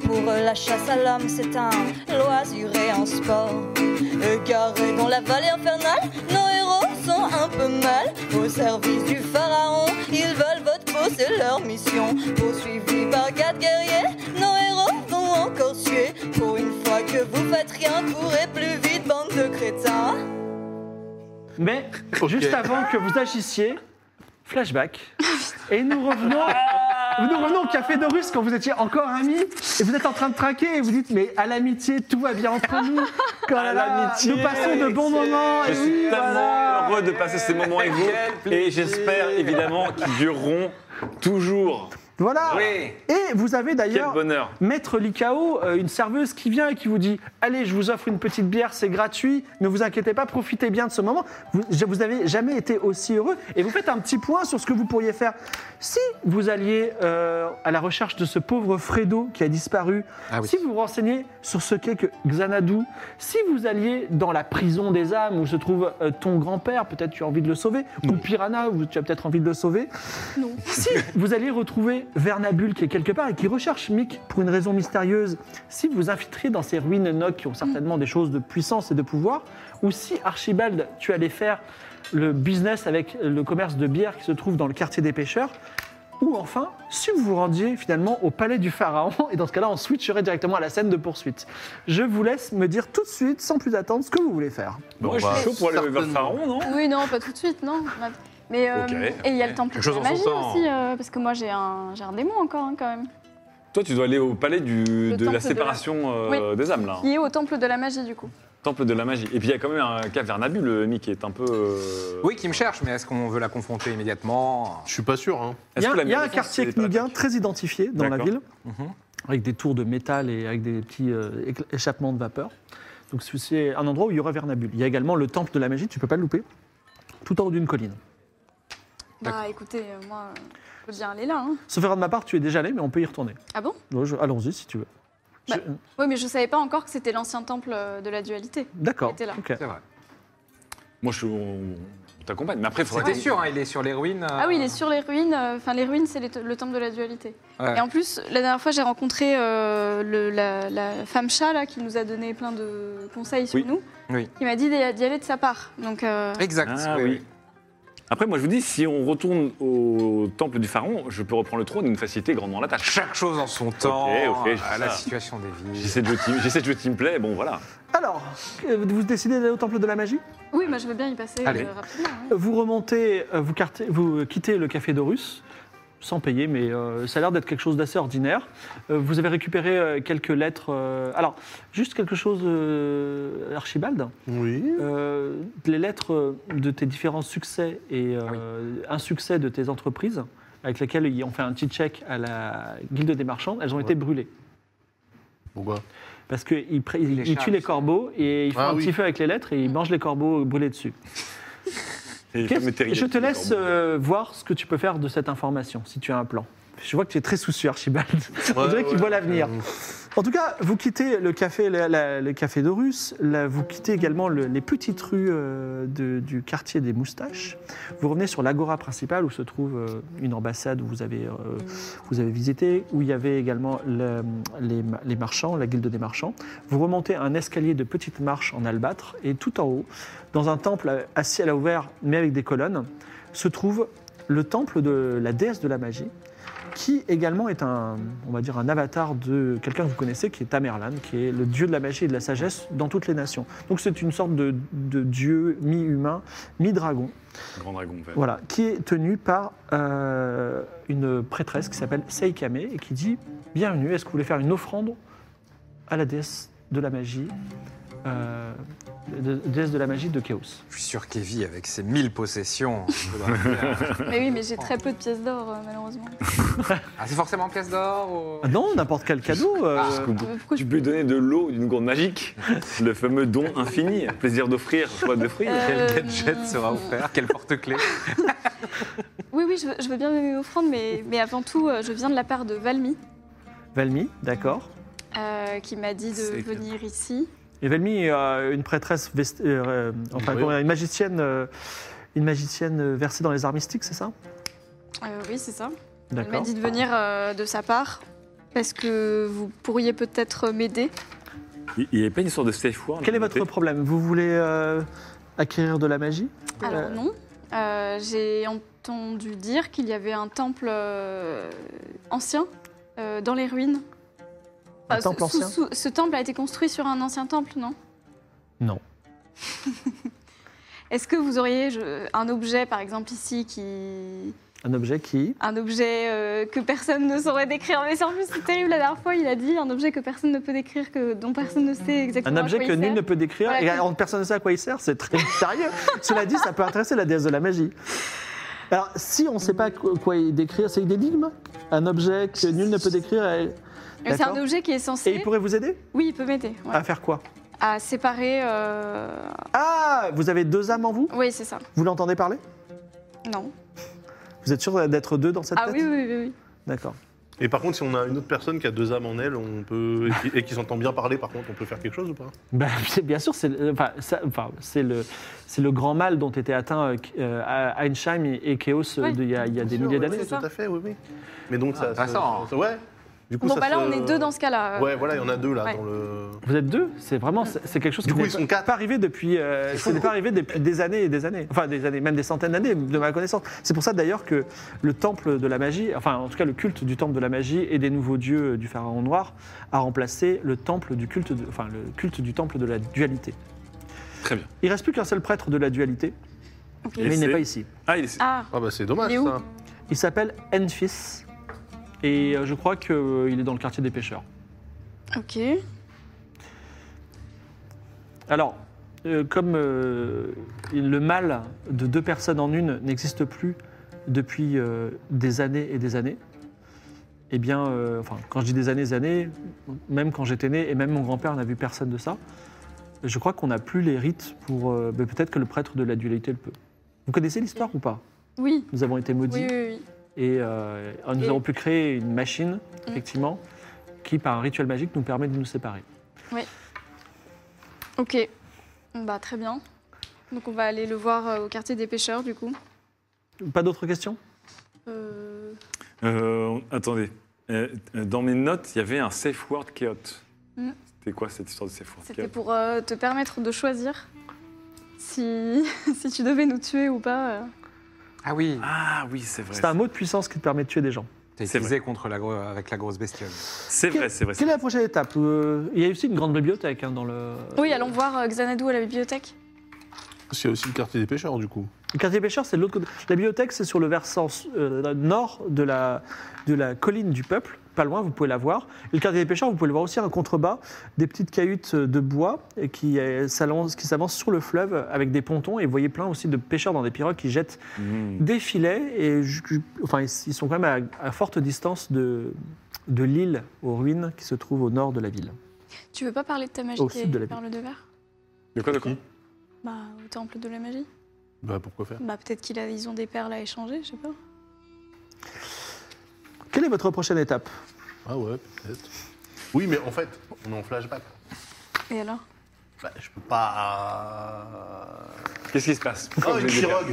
Speaker 7: Pour eux, la chasse à l'homme, c'est un loisir et un sport. Égarés dans la vallée infernale, nos héros sont un peu mal. Au service du pharaon, ils veulent votre peau, c'est leur mission. Poursuivis par quatre guerriers, nos héros vont encore suer. Pour une fois que vous faites rien, courez plus vite, bande de crétins.
Speaker 1: Mais juste avant que vous agissiez, flashback. Et nous revenons. Nous revenons au café Dorus quand vous étiez encore amis et vous êtes en train de trinquer et vous dites mais à l'amitié tout va bien entre nous. Quand
Speaker 2: À l'amitié,
Speaker 1: nous passons de bons moments.
Speaker 2: Je
Speaker 1: et
Speaker 2: suis
Speaker 1: oui,
Speaker 2: tellement
Speaker 1: voilà.
Speaker 2: heureux de passer ces moments avec vous,
Speaker 3: Quel
Speaker 2: et
Speaker 3: plaisir.
Speaker 2: j'espère évidemment qu'ils dureront toujours.
Speaker 1: Voilà.
Speaker 3: Oui.
Speaker 1: Et vous avez
Speaker 2: Quel
Speaker 1: d'ailleurs
Speaker 2: bonheur
Speaker 1: Maître Licao, euh, une serveuse qui vient et qui vous dit Allez, je vous offre une petite bière, c'est gratuit, ne vous inquiétez pas, profitez bien de ce moment. Vous, je- vous avez jamais été aussi heureux. Et vous faites un petit point sur ce que vous pourriez faire. Si vous alliez euh, à la recherche de ce pauvre Fredo qui a disparu,
Speaker 3: Ah oui.
Speaker 1: si vous vous renseignez sur ce qu'est que Xanadu, si vous alliez dans la prison des âmes où se trouve euh, ton grand-père, peut-être tu as envie de le sauver, ou Piranha, où tu as peut-être envie de le sauver, si vous allez retrouver Vernabule qui est quelque part et qui recherche Mick pour une raison mystérieuse, si vous infiltrez dans ces ruines Noc qui ont certainement des choses de puissance et de pouvoir, ou si Archibald, tu allais faire le business avec le commerce de bière qui se trouve dans le quartier des pêcheurs, ou enfin, si vous vous rendiez finalement au palais du pharaon, et dans ce cas-là, on switcherait directement à la scène de poursuite. Je vous laisse me dire tout de suite, sans plus attendre, ce que vous voulez faire.
Speaker 2: Moi, je suis chaud pour aller vers
Speaker 5: certainement.
Speaker 2: Pharaon, non
Speaker 4: Oui, non, pas tout de suite, non. Mais euh,
Speaker 2: Ok,
Speaker 4: et il y a le temple
Speaker 3: Quelque
Speaker 4: de
Speaker 3: chose
Speaker 4: la
Speaker 3: en son
Speaker 4: magie
Speaker 3: temps.
Speaker 4: aussi, euh, parce que moi j'ai un, j'ai un démon encore hein, quand même,
Speaker 2: Toi, tu dois aller au palais du- de
Speaker 4: temple de
Speaker 2: la
Speaker 4: la-
Speaker 2: séparation euh, des âmes, là.
Speaker 4: qui est au temple de la magie du coup.
Speaker 2: Temple de la magie. Et puis, il y a quand même un cas Vernabule, Mick, qui est un peu. euh,
Speaker 3: Oui, qui me cherche, mais est-ce qu'on veut la confronter immédiatement
Speaker 5: Je suis pas sûr, hein.
Speaker 1: Il y
Speaker 2: Est-ce
Speaker 1: a,
Speaker 2: que la
Speaker 1: il y a un
Speaker 2: meilleure défense,
Speaker 1: quartier
Speaker 2: c'est pas la
Speaker 1: knigan
Speaker 2: tech
Speaker 1: très identifié dans la
Speaker 2: D'accord.
Speaker 1: ville,
Speaker 3: Mhm.
Speaker 1: avec des tours de métal et avec des petits euh, écl- échappements de vapeur. Donc c'est un endroit où il y aura Vernabule. Il y a également le temple de la magie, tu peux pas le louper, tout en haut d'une colline.
Speaker 4: Bah écoutez, euh, moi euh, je veux bien aller là. hein.
Speaker 1: Sauf erreur de ma part, tu es déjà allé, mais on peut y retourner.
Speaker 4: Ah bon
Speaker 1: Donc, je- Allons-y si tu veux.
Speaker 4: Bah,
Speaker 1: Je-
Speaker 4: Oui, mais je savais pas encore que c'était l'ancien temple euh, de la dualité.
Speaker 1: D'accord.
Speaker 4: j'étais là.
Speaker 1: ok.
Speaker 3: C'est vrai.
Speaker 2: Moi, je suis. On on t'accompagne. Mais après, il faudra
Speaker 3: C'était
Speaker 2: que-
Speaker 3: sûr, hein, il est sur les ruines. euh,
Speaker 4: Ah oui, il est sur les ruines, euh, enfin les ruines c'est les te- le temple de la dualité.
Speaker 3: ouais.
Speaker 4: Et en plus, la dernière fois, j'ai rencontré euh, le- la, la femme chat là, qui nous a donné plein de conseils sur
Speaker 2: Oui.
Speaker 4: nous.
Speaker 3: Oui.
Speaker 4: Qui m'a dit d'y d'y aller de sa part. Donc, euh,
Speaker 3: Exact.
Speaker 2: Ah oui. Après, moi, je vous dis, si on retourne au temple du Pharaon, je peux reprendre le trône d'une facilité grandement la tâche.
Speaker 3: Chaque chose en son temps,
Speaker 2: ok, je
Speaker 3: à
Speaker 2: sais
Speaker 3: la
Speaker 2: ça.
Speaker 3: situation des vies.
Speaker 2: J'essaie de jouer team- j'essaie de jouer teamplay, bon, voilà.
Speaker 1: Alors, euh, vous décidez d'aller au temple de la magie
Speaker 4: oui, moi, je veux bien y passer
Speaker 3: Allez.
Speaker 4: euh, rapidement. hein.
Speaker 1: Vous remontez, euh, vous, cartez- vous quittez le café Dorus, sans payer, mais euh, ça a l'air d'être quelque chose d'assez ordinaire. Euh, vous avez récupéré euh, quelques lettres. euh, alors, juste quelque chose, euh, Archibald.
Speaker 5: Oui.
Speaker 1: Euh, les lettres euh, de tes différents succès et euh, insuccès de tes entreprises, avec lesquelles ils ont fait un petit check à la Guilde des marchands, elles ont été brûlées.
Speaker 5: Pourquoi
Speaker 1: Parce qu'ils ils
Speaker 3: chats,
Speaker 1: tuent les
Speaker 3: c'est-
Speaker 1: corbeaux et ils font
Speaker 5: Ah
Speaker 1: un
Speaker 5: oui.
Speaker 1: petit feu avec les lettres et ils mangent les corbeaux brûlés dessus.
Speaker 2: Et les
Speaker 1: Qu'est-ce-
Speaker 2: femmes étaient
Speaker 1: Je te
Speaker 2: rigides,
Speaker 1: laisse
Speaker 2: d'accord.
Speaker 1: euh, voir ce que tu peux faire de cette information, si tu as un plan. Je vois que tu es très soucieux, Archibald. On dirait qu'il voit l'avenir. En tout cas, vous quittez le café, la- la- le café Dorus, là, vous quittez également le- les petites rues euh, de- du quartier des Moustaches. Vous revenez sur l'agora principale où se trouve euh, une ambassade où vous avez, euh, vous avez visité, où il y avait également le- les, ma- les marchands, la guilde des marchands. Vous remontez un escalier de petites marches en albâtre et tout en haut, dans un temple euh, à ciel ouvert mais avec des colonnes, se trouve le temple de la déesse de la magie qui également est un, on va dire, un avatar de quelqu'un que vous connaissez, qui est Tamerlan, qui est le dieu de la magie et de la sagesse dans toutes les nations. Donc c'est une sorte de, de dieu mi-humain, mi-dragon,
Speaker 2: Grand dragon, en fait.
Speaker 1: voilà, qui est tenu par euh, une prêtresse qui s'appelle Seikame et qui dit Bienvenue, est-ce que vous voulez faire une offrande à la déesse de la magie, euh, de- déesse de la magie de Chaos
Speaker 3: Je suis sûr qu'Evie, avec ses 1000 possessions, faudra faire-
Speaker 4: Mais oui, mais j'ai très peu de pièces d'or, euh, malheureusement.
Speaker 3: Ah, c'est forcément en pièces d'or
Speaker 1: Ah
Speaker 3: ou...
Speaker 1: Non, n'importe quel cadeau. euh,
Speaker 2: Parce que
Speaker 4: Euh, pourquoi
Speaker 2: Tu
Speaker 4: je-
Speaker 2: peux lui donner de l'eau d'une gourde magique, le fameux don infini, plaisir d'offrir, choix d'offrir.
Speaker 3: Quel
Speaker 4: Euh,
Speaker 3: gadget sera offert Quel porte-clés
Speaker 4: Oui, oui, je veux, je veux bien donner mes offrandes, mais, mais avant tout, euh, je viens de la part de Valmy,
Speaker 1: Valmy, d'accord.
Speaker 4: euh, qui m'a dit de
Speaker 3: C'est clair.
Speaker 4: venir ici.
Speaker 1: Et Velmi est euh, une prêtresse, vest- euh, euh, enfin,
Speaker 5: Oui.
Speaker 1: comment dire, une magicienne, euh, une magicienne euh, versée dans les arts mystiques, c'est ça
Speaker 4: Euh, oui, c'est ça. Elle m'a
Speaker 1: D'accord.
Speaker 4: dit de venir euh, de sa part, parce que vous pourriez peut-être m'aider.
Speaker 2: Il n'y avait pas une histoire de safe word
Speaker 1: Quel est votre problème Vous voulez euh, acquérir de la magie
Speaker 4: Alors
Speaker 1: Euh,
Speaker 4: non, Euh, j'ai entendu dire qu'il y avait un temple euh, ancien euh, dans les ruines.
Speaker 1: Un
Speaker 4: Euh,
Speaker 1: temple
Speaker 4: sous-
Speaker 1: ancien
Speaker 4: sous- Ce temple a été construit sur un ancien temple, non
Speaker 1: Non.
Speaker 4: Est-ce que vous auriez je- un objet, par exemple ici, qui
Speaker 1: Un objet qui
Speaker 4: un objet euh, que personne ne saurait décrire Mais c'est en plus c'est terrible. La dernière fois, il a dit un objet que personne ne peut décrire, que dont personne ne sait
Speaker 1: Un
Speaker 4: exactement. à
Speaker 1: objet
Speaker 4: quoi
Speaker 1: que
Speaker 4: il
Speaker 1: nul
Speaker 4: sert.
Speaker 1: ne peut décrire
Speaker 4: Voilà,
Speaker 1: et
Speaker 4: que-
Speaker 1: alors, personne ne sait à quoi il sert, c'est très sérieux. Cela dit, ça peut intéresser la déesse de la magie. Alors, si on ne sait pas quoi quoi il décrire, c'est une énigme Un objet que nul ne peut décrire et,
Speaker 4: Mais C'est un
Speaker 1: D'accord.
Speaker 4: objet qui est censé.
Speaker 1: et il pourrait Ah. vous aider
Speaker 4: Oui, il peut m'aider. ouais.
Speaker 1: À faire quoi
Speaker 4: À séparer. euh,
Speaker 1: Ah Vous avez deux âmes en vous
Speaker 4: Oui, c'est ça.
Speaker 1: Vous l'entendez parler
Speaker 4: Non.
Speaker 1: Vous êtes sûr d'être deux dans cette
Speaker 4: Ah
Speaker 1: tête
Speaker 4: oui, oui, oui, oui.
Speaker 1: D'accord.
Speaker 5: Et par contre, si on a une autre personne qui a deux âmes en elle, on peut et qui, et qui s'entend bien parler, par contre, on peut faire quelque chose ou pas
Speaker 1: Ben, c'est- bien sûr, c'est le- enfin, ça- enfin, c'est le, c'est le grand mal dont étaient atteints euh, euh, à- Heinsheim et, et Chaos euh,
Speaker 4: Ouais.
Speaker 1: de- il y a, il y a des
Speaker 5: Bien sûr,
Speaker 1: milliers
Speaker 5: oui,
Speaker 1: d'années.
Speaker 4: c'est ça.
Speaker 5: Tout à fait, oui, oui. Mais donc ça, ça,
Speaker 3: intéressant.
Speaker 5: ça- ouais. Du coup,
Speaker 4: Bon,
Speaker 5: ça
Speaker 4: bah là,
Speaker 5: se-
Speaker 4: on est deux dans ce cas-là.
Speaker 5: Ouais, voilà, il y en a deux là
Speaker 4: Ouais.
Speaker 5: dans le.
Speaker 1: Vous êtes deux C'est vraiment c'est c'est quelque chose
Speaker 5: Du
Speaker 1: qui
Speaker 5: coup,
Speaker 1: n'est
Speaker 5: ils sont quatre.
Speaker 1: pas arrivé depuis, euh, ce n'est pas arrivé depuis des années et des années, enfin des années, même des centaines d'années de ma connaissance. C'est pour ça d'ailleurs que le temple de la magie, enfin en tout cas le culte du temple de la magie et des nouveaux dieux euh, du pharaon noir a remplacé le temple du culte, de- enfin le culte du temple de la dualité.
Speaker 2: Très bien.
Speaker 1: Il reste plus qu'un seul prêtre de la dualité,
Speaker 4: Ok.
Speaker 2: Et
Speaker 1: mais il n'est
Speaker 2: c'est-
Speaker 1: pas ici.
Speaker 2: Ah, il est...
Speaker 4: Ah,
Speaker 5: Ah bah c'est dommage
Speaker 4: Il est où
Speaker 5: ça.
Speaker 1: Il s'appelle Enfis. Et euh, je crois qu'il est dans le quartier des pêcheurs.
Speaker 4: ok.
Speaker 1: Alors, euh, comme euh, le mal de deux personnes en une n'existe plus depuis euh, des années et des années, eh bien, euh, enfin, quand je dis des années et des années, même quand j'étais né, et même mon grand-père n'a vu personne de ça, je crois qu'on n'a plus les rites pour... euh, mais peut-être que le prêtre de la dualité le peut. Vous connaissez l'histoire ou pas
Speaker 4: Oui.
Speaker 1: Nous avons été maudits.
Speaker 4: Oui, oui, oui.
Speaker 1: Et euh, nous
Speaker 4: Et-
Speaker 1: avons pu créer une machine,
Speaker 4: Mm.
Speaker 1: effectivement, qui, par un rituel magique, nous permet de nous séparer.
Speaker 4: Ok. Bah, très bien. Donc, on va aller le voir euh, au quartier des pêcheurs, du coup.
Speaker 1: Pas d'autres questions
Speaker 4: Euh,
Speaker 2: Euh, attendez. Euh, dans mes notes, il y avait un safe word chaot.
Speaker 4: Mm.
Speaker 2: C'était quoi cette histoire de safe word
Speaker 4: C'était
Speaker 2: chaot
Speaker 4: pour euh, te permettre de choisir si, si tu devais nous tuer ou pas. euh.
Speaker 3: Ah oui,
Speaker 2: Ah oui, c'est vrai.
Speaker 1: C'est un mot de puissance qui te permet de tuer des gens.
Speaker 3: t'as
Speaker 2: C'est
Speaker 3: utilisé contre la gro- avec la grosse bestiole.
Speaker 2: C'est vrai, c'est vrai. c'est
Speaker 1: Quelle est la prochaine étape Euh, Il y a aussi une grande bibliothèque hein, dans le...
Speaker 4: Oui, allons voir euh, Xanadu à la bibliothèque.
Speaker 5: C'est aussi le quartier des pêcheurs du coup.
Speaker 1: Le quartier pêcheur, c'est de l'autre côté. La bibliothèque, c'est sur le versant euh, nord de la, de la colline du peuple. Pas loin, vous pouvez la voir. Et le quartier des pêcheurs, vous pouvez le voir aussi un contrebas, des petites cahutes de bois et qui euh, s'alancent- qui s'avancent sur le fleuve avec des pontons. Et vous voyez plein aussi de pêcheurs dans des pirogues qui jettent
Speaker 2: vrai. Mm.
Speaker 1: des filets et ju- ju- enfin ils ils sont quand même à, à forte distance de de l'île aux ruines qui se trouve au nord de la ville.
Speaker 4: Tu veux pas parler de ta magie
Speaker 1: Au
Speaker 4: qui
Speaker 1: sud de la
Speaker 4: est par le devers
Speaker 2: De quoi, de quoi
Speaker 4: Bah, au temple de la magie.
Speaker 5: Bah, pourquoi faire
Speaker 4: Bah, peut-être qu'ils ont des perles à échanger, je sais pas.
Speaker 1: Quelle est votre prochaine étape
Speaker 5: Ah ouais, peut-être. Oui, mais en fait, on est en flashback.
Speaker 4: Et alors
Speaker 5: Bah, je peux pas.
Speaker 2: Qu'est-ce qui se passe Pourquoi
Speaker 5: Oh,
Speaker 2: vous
Speaker 5: une
Speaker 2: êtes des perles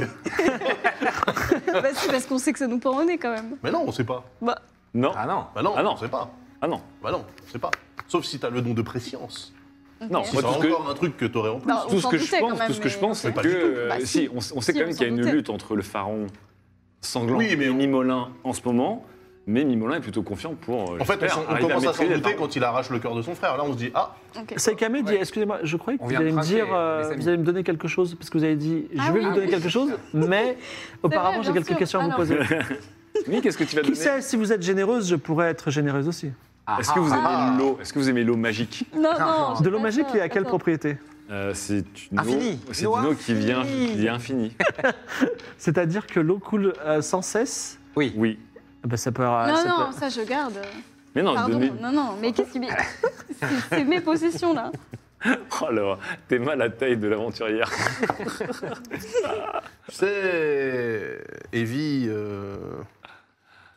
Speaker 5: pirogue
Speaker 4: Bah, c'est parce qu'on sait que ça nous pend au nez quand même.
Speaker 5: Mais non, on sait pas.
Speaker 4: Bah,
Speaker 2: Non.
Speaker 3: Ah non.
Speaker 5: Bah non,
Speaker 2: Ah non.
Speaker 5: on sait pas.
Speaker 2: Ah non.
Speaker 5: Bah non, on sait pas. Sauf si t'as le don de préscience.
Speaker 2: Non,
Speaker 5: Si
Speaker 2: moi,
Speaker 5: c'est
Speaker 2: tout ce que,
Speaker 5: encore un truc que t'aurais en plus.
Speaker 4: Bah, on
Speaker 2: tout ce
Speaker 4: s'en
Speaker 2: que je
Speaker 4: doutait quand
Speaker 2: pense,
Speaker 4: même,
Speaker 2: tout ce que je
Speaker 4: mais
Speaker 2: pense,
Speaker 4: on
Speaker 2: c'est
Speaker 4: sait
Speaker 2: que
Speaker 4: pas du tout.
Speaker 2: euh,
Speaker 4: Bah, si,
Speaker 2: si, on, on sait
Speaker 4: Si,
Speaker 2: quand même
Speaker 4: on
Speaker 2: qu'il y a
Speaker 4: s'en
Speaker 2: une
Speaker 4: doutait.
Speaker 2: lutte entre le pharaon sanglant
Speaker 5: Oui, mais
Speaker 2: et
Speaker 5: on-
Speaker 2: Mimolin en ce moment, mais Mimolin est plutôt confiant pour. euh,
Speaker 5: En fait, on,
Speaker 2: j'espère,
Speaker 5: s'en- on
Speaker 2: arriver
Speaker 5: commence à s'en
Speaker 2: maîtriser
Speaker 5: douter
Speaker 2: le pharaon.
Speaker 5: quand il arrache le cœur de son frère. Là, on se dit Ah,
Speaker 4: ok.
Speaker 1: Saikame dit
Speaker 3: Ouais.
Speaker 1: excusez-moi, je croyais que
Speaker 3: On
Speaker 1: vous
Speaker 3: vient de
Speaker 1: allez me
Speaker 3: trinquer,
Speaker 1: dire, euh,
Speaker 3: les amis.
Speaker 1: vous allez me donner quelque chose, parce que vous avez dit, je
Speaker 4: Ah
Speaker 1: vais
Speaker 4: oui,
Speaker 1: vous
Speaker 4: ah
Speaker 1: donner
Speaker 4: oui.
Speaker 1: quelque chose, mais auparavant j'ai
Speaker 4: bien
Speaker 1: quelques
Speaker 4: sûr. Ah
Speaker 1: questions à vous
Speaker 4: Alors.
Speaker 1: poser.
Speaker 2: Oui, qu'est-ce que tu vas
Speaker 1: Qui
Speaker 2: donner
Speaker 1: sait, si vous êtes généreuse, je pourrais être généreuse aussi.
Speaker 3: Ah,
Speaker 2: Est-ce que vous
Speaker 5: Ah.
Speaker 2: aimez l'eau Est-ce que vous aimez l'eau magique
Speaker 4: Non,
Speaker 3: non,
Speaker 4: non.
Speaker 1: De l'eau magique, il y a quelle propriété
Speaker 2: Euh, C'est une
Speaker 3: Infini.
Speaker 2: eau, c'est une
Speaker 3: L'eau
Speaker 2: eau qui vient,
Speaker 3: infinie.
Speaker 2: qui est infinie.
Speaker 1: C'est-à-dire que l'eau coule euh, sans cesse
Speaker 3: Oui.
Speaker 2: Oui.
Speaker 1: Ah bah, ça peut,
Speaker 4: Non,
Speaker 1: ça
Speaker 4: non,
Speaker 1: peut-
Speaker 4: ça je garde.
Speaker 2: Mais non,
Speaker 4: Pardon,
Speaker 2: donnez.
Speaker 4: non, non, mais qu'est-ce qu'il. C'est- C'est mes possessions là.
Speaker 2: Oh là, t'es mal à la taille de l'aventurière.
Speaker 5: tu sais, Evie, euh,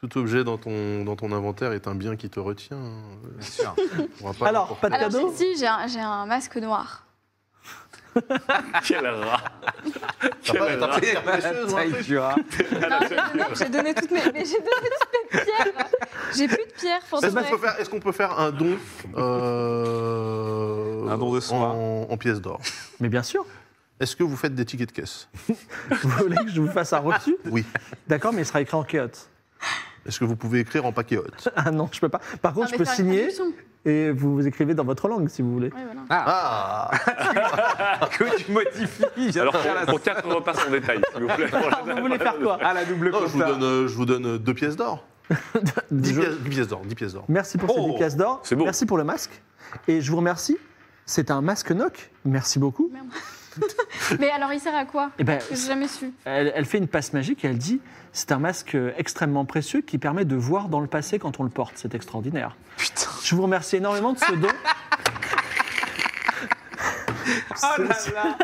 Speaker 5: tout objet dans ton, dans ton inventaire est un bien qui te retient.
Speaker 3: Bien sûr.
Speaker 5: On va pas
Speaker 1: Alors, pas de
Speaker 4: Alors,
Speaker 1: cadeau
Speaker 4: j'ai- si, j'ai un, j'ai un masque noir.
Speaker 2: Quel rat
Speaker 5: T'as pas-
Speaker 2: Quel rat
Speaker 5: t'as pas- Pierre précieuse, ou un
Speaker 3: Taille
Speaker 5: truc
Speaker 3: du rat.
Speaker 4: Non, j'ai donné, j'ai donné toutes mes, mais j'ai donné toutes mes pierres. J'ai plus de pierres pour de
Speaker 5: Est-ce qu'on
Speaker 4: vrai.
Speaker 5: peut, faire- est-ce qu'on peut faire un don euh,
Speaker 3: Un don de soi.
Speaker 5: en, en pièces d'or
Speaker 1: Mais bien sûr,
Speaker 5: Est-ce que vous faites des tickets de caisse
Speaker 1: vous voulez que je vous fasse un reçu
Speaker 5: Oui.
Speaker 1: D'accord, mais il sera écrit en kéote.
Speaker 5: Est-ce que vous pouvez écrire en paquet haute
Speaker 1: Ah non, je peux pas. Par
Speaker 4: Non,
Speaker 1: contre, je
Speaker 4: mais
Speaker 1: peux
Speaker 4: faire une
Speaker 1: signer
Speaker 4: traduction.
Speaker 1: et vous, vous écrivez dans votre langue si vous voulez.
Speaker 4: Ouais, voilà.
Speaker 5: Ah
Speaker 3: Que tu modifies. il vient de
Speaker 2: Alors,
Speaker 3: faire la-
Speaker 2: pour, pour quatre repas en détail, s'il vous plaît.
Speaker 1: Alors, vous voulez faire quoi
Speaker 3: Ah, la double
Speaker 5: Non, je, vous
Speaker 3: costa.
Speaker 5: donne, euh, je vous donne euh, deux pièces d'or. Dix
Speaker 1: Je-
Speaker 5: pièces, dix pièces d'or, dix pièces d'or.
Speaker 1: Merci pour
Speaker 5: Oh,
Speaker 1: ces 10 pièces d'or.
Speaker 2: c'est beau.
Speaker 1: Merci pour le masque. Et je vous remercie. C'est un masque Noc. Merci beaucoup.
Speaker 4: Mais alors, il sert à quoi
Speaker 1: Eh ben,
Speaker 4: Parce que J'ai jamais su.
Speaker 1: elle, elle fait une passe magique et elle dit c'est un masque euh, extrêmement précieux qui permet de voir dans le passé quand on le porte. C'est extraordinaire. Putain. Je vous remercie énormément de ce don.
Speaker 3: Ah là là.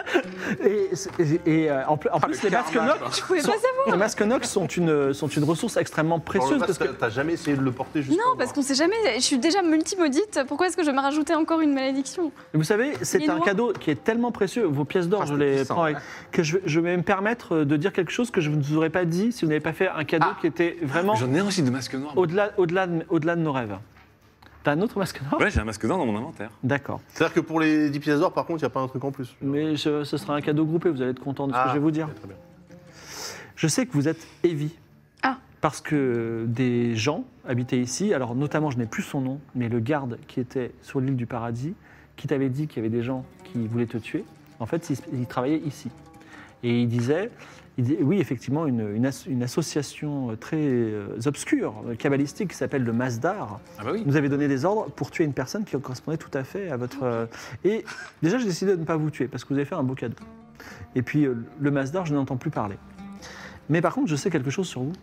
Speaker 1: Et, et, et, euh, en, pl- en plus, les masques,
Speaker 3: karma,
Speaker 1: Noc,
Speaker 3: quoi.
Speaker 4: Je pouvais pas savoir.
Speaker 1: les masques Noc sont une, sont une ressource extrêmement
Speaker 5: Alors, le
Speaker 1: précieuse.
Speaker 5: masque,
Speaker 1: Parce que,
Speaker 5: T'as jamais essayé de le porter juste
Speaker 4: Non, parce qu'on sait jamais. Je suis déjà multi-maudite. Pourquoi est-ce que je vais me rajouter encore une malédiction
Speaker 1: vous savez, c'est
Speaker 4: Il est
Speaker 1: un
Speaker 4: noir.
Speaker 1: cadeau qui est tellement précieux. Vos pièces d'or,
Speaker 3: Ah,
Speaker 1: je
Speaker 3: c'est
Speaker 1: les
Speaker 3: puissant,
Speaker 1: prends avec. Que je, je vais me permettre de dire quelque chose que je ne vous aurais pas dit si vous n'avez pas fait un cadeau
Speaker 3: Ah.
Speaker 1: qui était vraiment.
Speaker 2: J'en ai un aussi de masque noir.
Speaker 1: Au-delà au -delà de, au -delà de nos rêves. T'as un autre masque noir
Speaker 2: Ouais, j'ai un masque noir dans mon inventaire.
Speaker 1: D'accord.
Speaker 5: C'est-à-dire que pour les 10 pièces d'or, par contre, il n'y a pas un truc en plus.
Speaker 1: Mais je- ce sera un cadeau groupé, vous allez être content de ce
Speaker 5: Ah,
Speaker 1: que je vais vous dire.
Speaker 5: très bien.
Speaker 1: Je sais que vous êtes Evie.
Speaker 4: Ah.
Speaker 1: Parce que des gens habitaient ici, alors notamment, je n'ai plus son nom, mais le garde qui était sur l'île du paradis, qui t'avait dit qu'il y avait des gens qui voulaient te tuer, en fait, il, il travaillait ici. Et il disait, il dit- oui, effectivement, une, une as- une association très euh, obscure, euh, kabbalistique, qui s'appelle le Masdar,
Speaker 2: Ah bah oui.
Speaker 1: Vous avez donné des ordres pour tuer une personne qui correspondait tout à fait à votre. euh, Et déjà, j'ai décidé de ne pas vous tuer parce que vous avez fait un beau cadeau. Et puis, euh, le Masdar, je n'entends plus parler. Mais par contre, je sais quelque chose sur vous.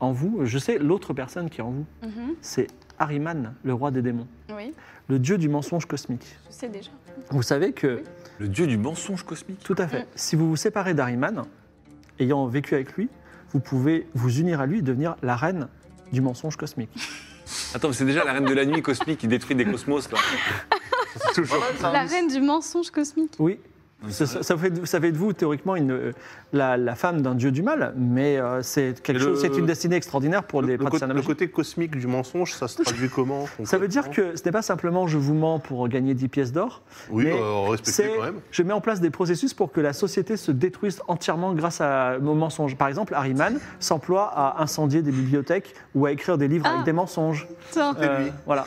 Speaker 1: En vous, je sais l'autre personne qui est en vous.
Speaker 4: Mhm,
Speaker 1: C'est Ahriman, le roi des démons,
Speaker 4: Oui,
Speaker 1: le dieu du mensonge cosmique.
Speaker 4: je sais déjà.
Speaker 1: Vous savez que,
Speaker 2: Le dieu du mensonge cosmique.
Speaker 1: tout à fait, si vous vous séparez d'Ahriman, ayant vécu avec lui, vous pouvez vous unir à lui et devenir la reine du mensonge cosmique.
Speaker 2: Attends, mais c'est déjà la reine de la nuit cosmique qui détruit des cosmos, là. C'est toujours.
Speaker 4: La reine du mensonge cosmique.
Speaker 1: Oui. Ça, ça fait, de- ça fait de vous théoriquement une, euh, la, la femme d'un dieu du mal, mais euh, c'est quelque
Speaker 5: Et le-
Speaker 1: chose, c'est une destinée extraordinaire pour
Speaker 5: Le,
Speaker 1: les
Speaker 5: le côté-
Speaker 1: praticiens de la
Speaker 5: le
Speaker 1: magie.
Speaker 5: côté cosmique du mensonge, ça se traduit comment
Speaker 1: Ça veut dire que ce n'est pas simplement je vous mens pour gagner 10 pièces d'or,
Speaker 5: Oui,
Speaker 1: mais
Speaker 5: euh, respecter
Speaker 1: c'est
Speaker 5: quand même.
Speaker 1: je mets en place des processus pour que la société se détruise entièrement grâce à mon mensonge. Par exemple, Harryman s'emploie à incendier des bibliothèques ou à écrire des livres
Speaker 4: Ah.
Speaker 1: avec des mensonges. Euh,
Speaker 4: Putain.
Speaker 2: Euh,
Speaker 5: C'est lui.
Speaker 1: Voilà.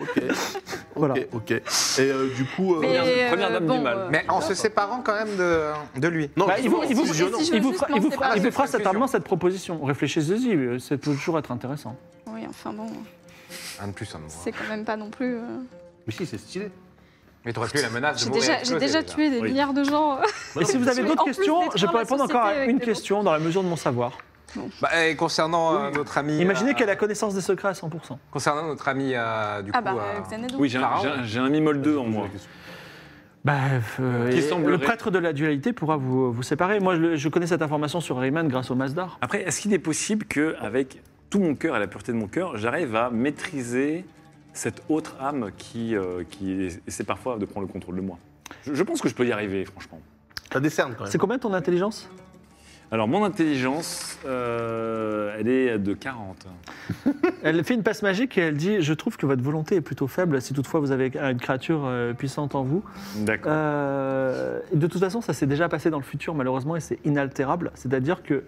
Speaker 5: Ok,
Speaker 1: voilà.
Speaker 5: ok, ok. Et euh, du coup. euh,
Speaker 4: Mais,
Speaker 2: première- première dame du mal.
Speaker 4: euh,
Speaker 3: Mais en se séparant quand même de, de lui.
Speaker 5: Non,
Speaker 1: Bah, il vous-
Speaker 5: justement,
Speaker 1: il vous-
Speaker 4: si je-
Speaker 5: fusionnant.
Speaker 4: si je-
Speaker 1: Il vous
Speaker 4: juste
Speaker 1: fera, il vous
Speaker 4: lancer
Speaker 1: fera-
Speaker 4: par
Speaker 1: il vous
Speaker 4: la
Speaker 1: fera certainement
Speaker 3: conclusion.
Speaker 1: cette proposition. Réfléchissez-y, euh, ça peut toujours être intéressant.
Speaker 4: Oui, enfin bon,
Speaker 3: Un de plus, ça me voit.
Speaker 4: c'est quand même pas non plus. euh,
Speaker 5: Mais si, c'est stylé.
Speaker 3: Mais t'aurais pu la menace
Speaker 4: J'ai
Speaker 3: de mourir.
Speaker 4: déjà, j'ai
Speaker 3: explosée,
Speaker 4: déjà tué des
Speaker 2: Oui.
Speaker 4: milliards de gens.
Speaker 1: Et si vous avez
Speaker 4: mais
Speaker 1: d'autres
Speaker 4: en plus
Speaker 1: questions, je
Speaker 4: détruire
Speaker 1: peux
Speaker 4: la
Speaker 1: répondre encore
Speaker 4: société
Speaker 1: à
Speaker 4: avec
Speaker 1: une
Speaker 4: des
Speaker 1: question dans la mesure de mon savoir.
Speaker 3: Bah, et concernant euh,
Speaker 2: Oui.
Speaker 3: notre ami.
Speaker 1: Imaginez
Speaker 3: euh,
Speaker 1: qu'elle a connaissance des secrets à 100%.
Speaker 3: Concernant notre ami, euh, du
Speaker 4: Ah
Speaker 3: coup.
Speaker 4: bah,
Speaker 3: euh,
Speaker 4: Xanadu.
Speaker 2: Oui, j'ai un,
Speaker 3: Pharaon.
Speaker 2: j'ai un- j'ai un mimol 2 en moi.
Speaker 1: Bah, euh,
Speaker 2: Qui
Speaker 1: et
Speaker 2: semblerait-
Speaker 1: le prêtre de la dualité pourra vous, vous séparer. Moi, je, je connais cette information sur Rayman grâce au Masdar.
Speaker 2: Après, est-ce qu'il est possible que, avec tout mon cœur et la pureté de mon cœur, j'arrive à maîtriser cette autre âme qui, euh, qui essaie parfois de prendre le contrôle de moi je, je pense que je peux y arriver, franchement.
Speaker 5: Ça décerne quand même.
Speaker 1: C'est combien ton intelligence
Speaker 2: Alors, mon intelligence, euh, elle est de 40.
Speaker 1: Elle fait une passe magique et elle dit Je trouve que votre volonté est plutôt faible si toutefois vous avez une créature euh, puissante en vous.
Speaker 2: D'accord.
Speaker 1: Euh, de toute façon, ça s'est déjà passé dans le futur, malheureusement, et c'est inaltérable. C'est-à-dire que,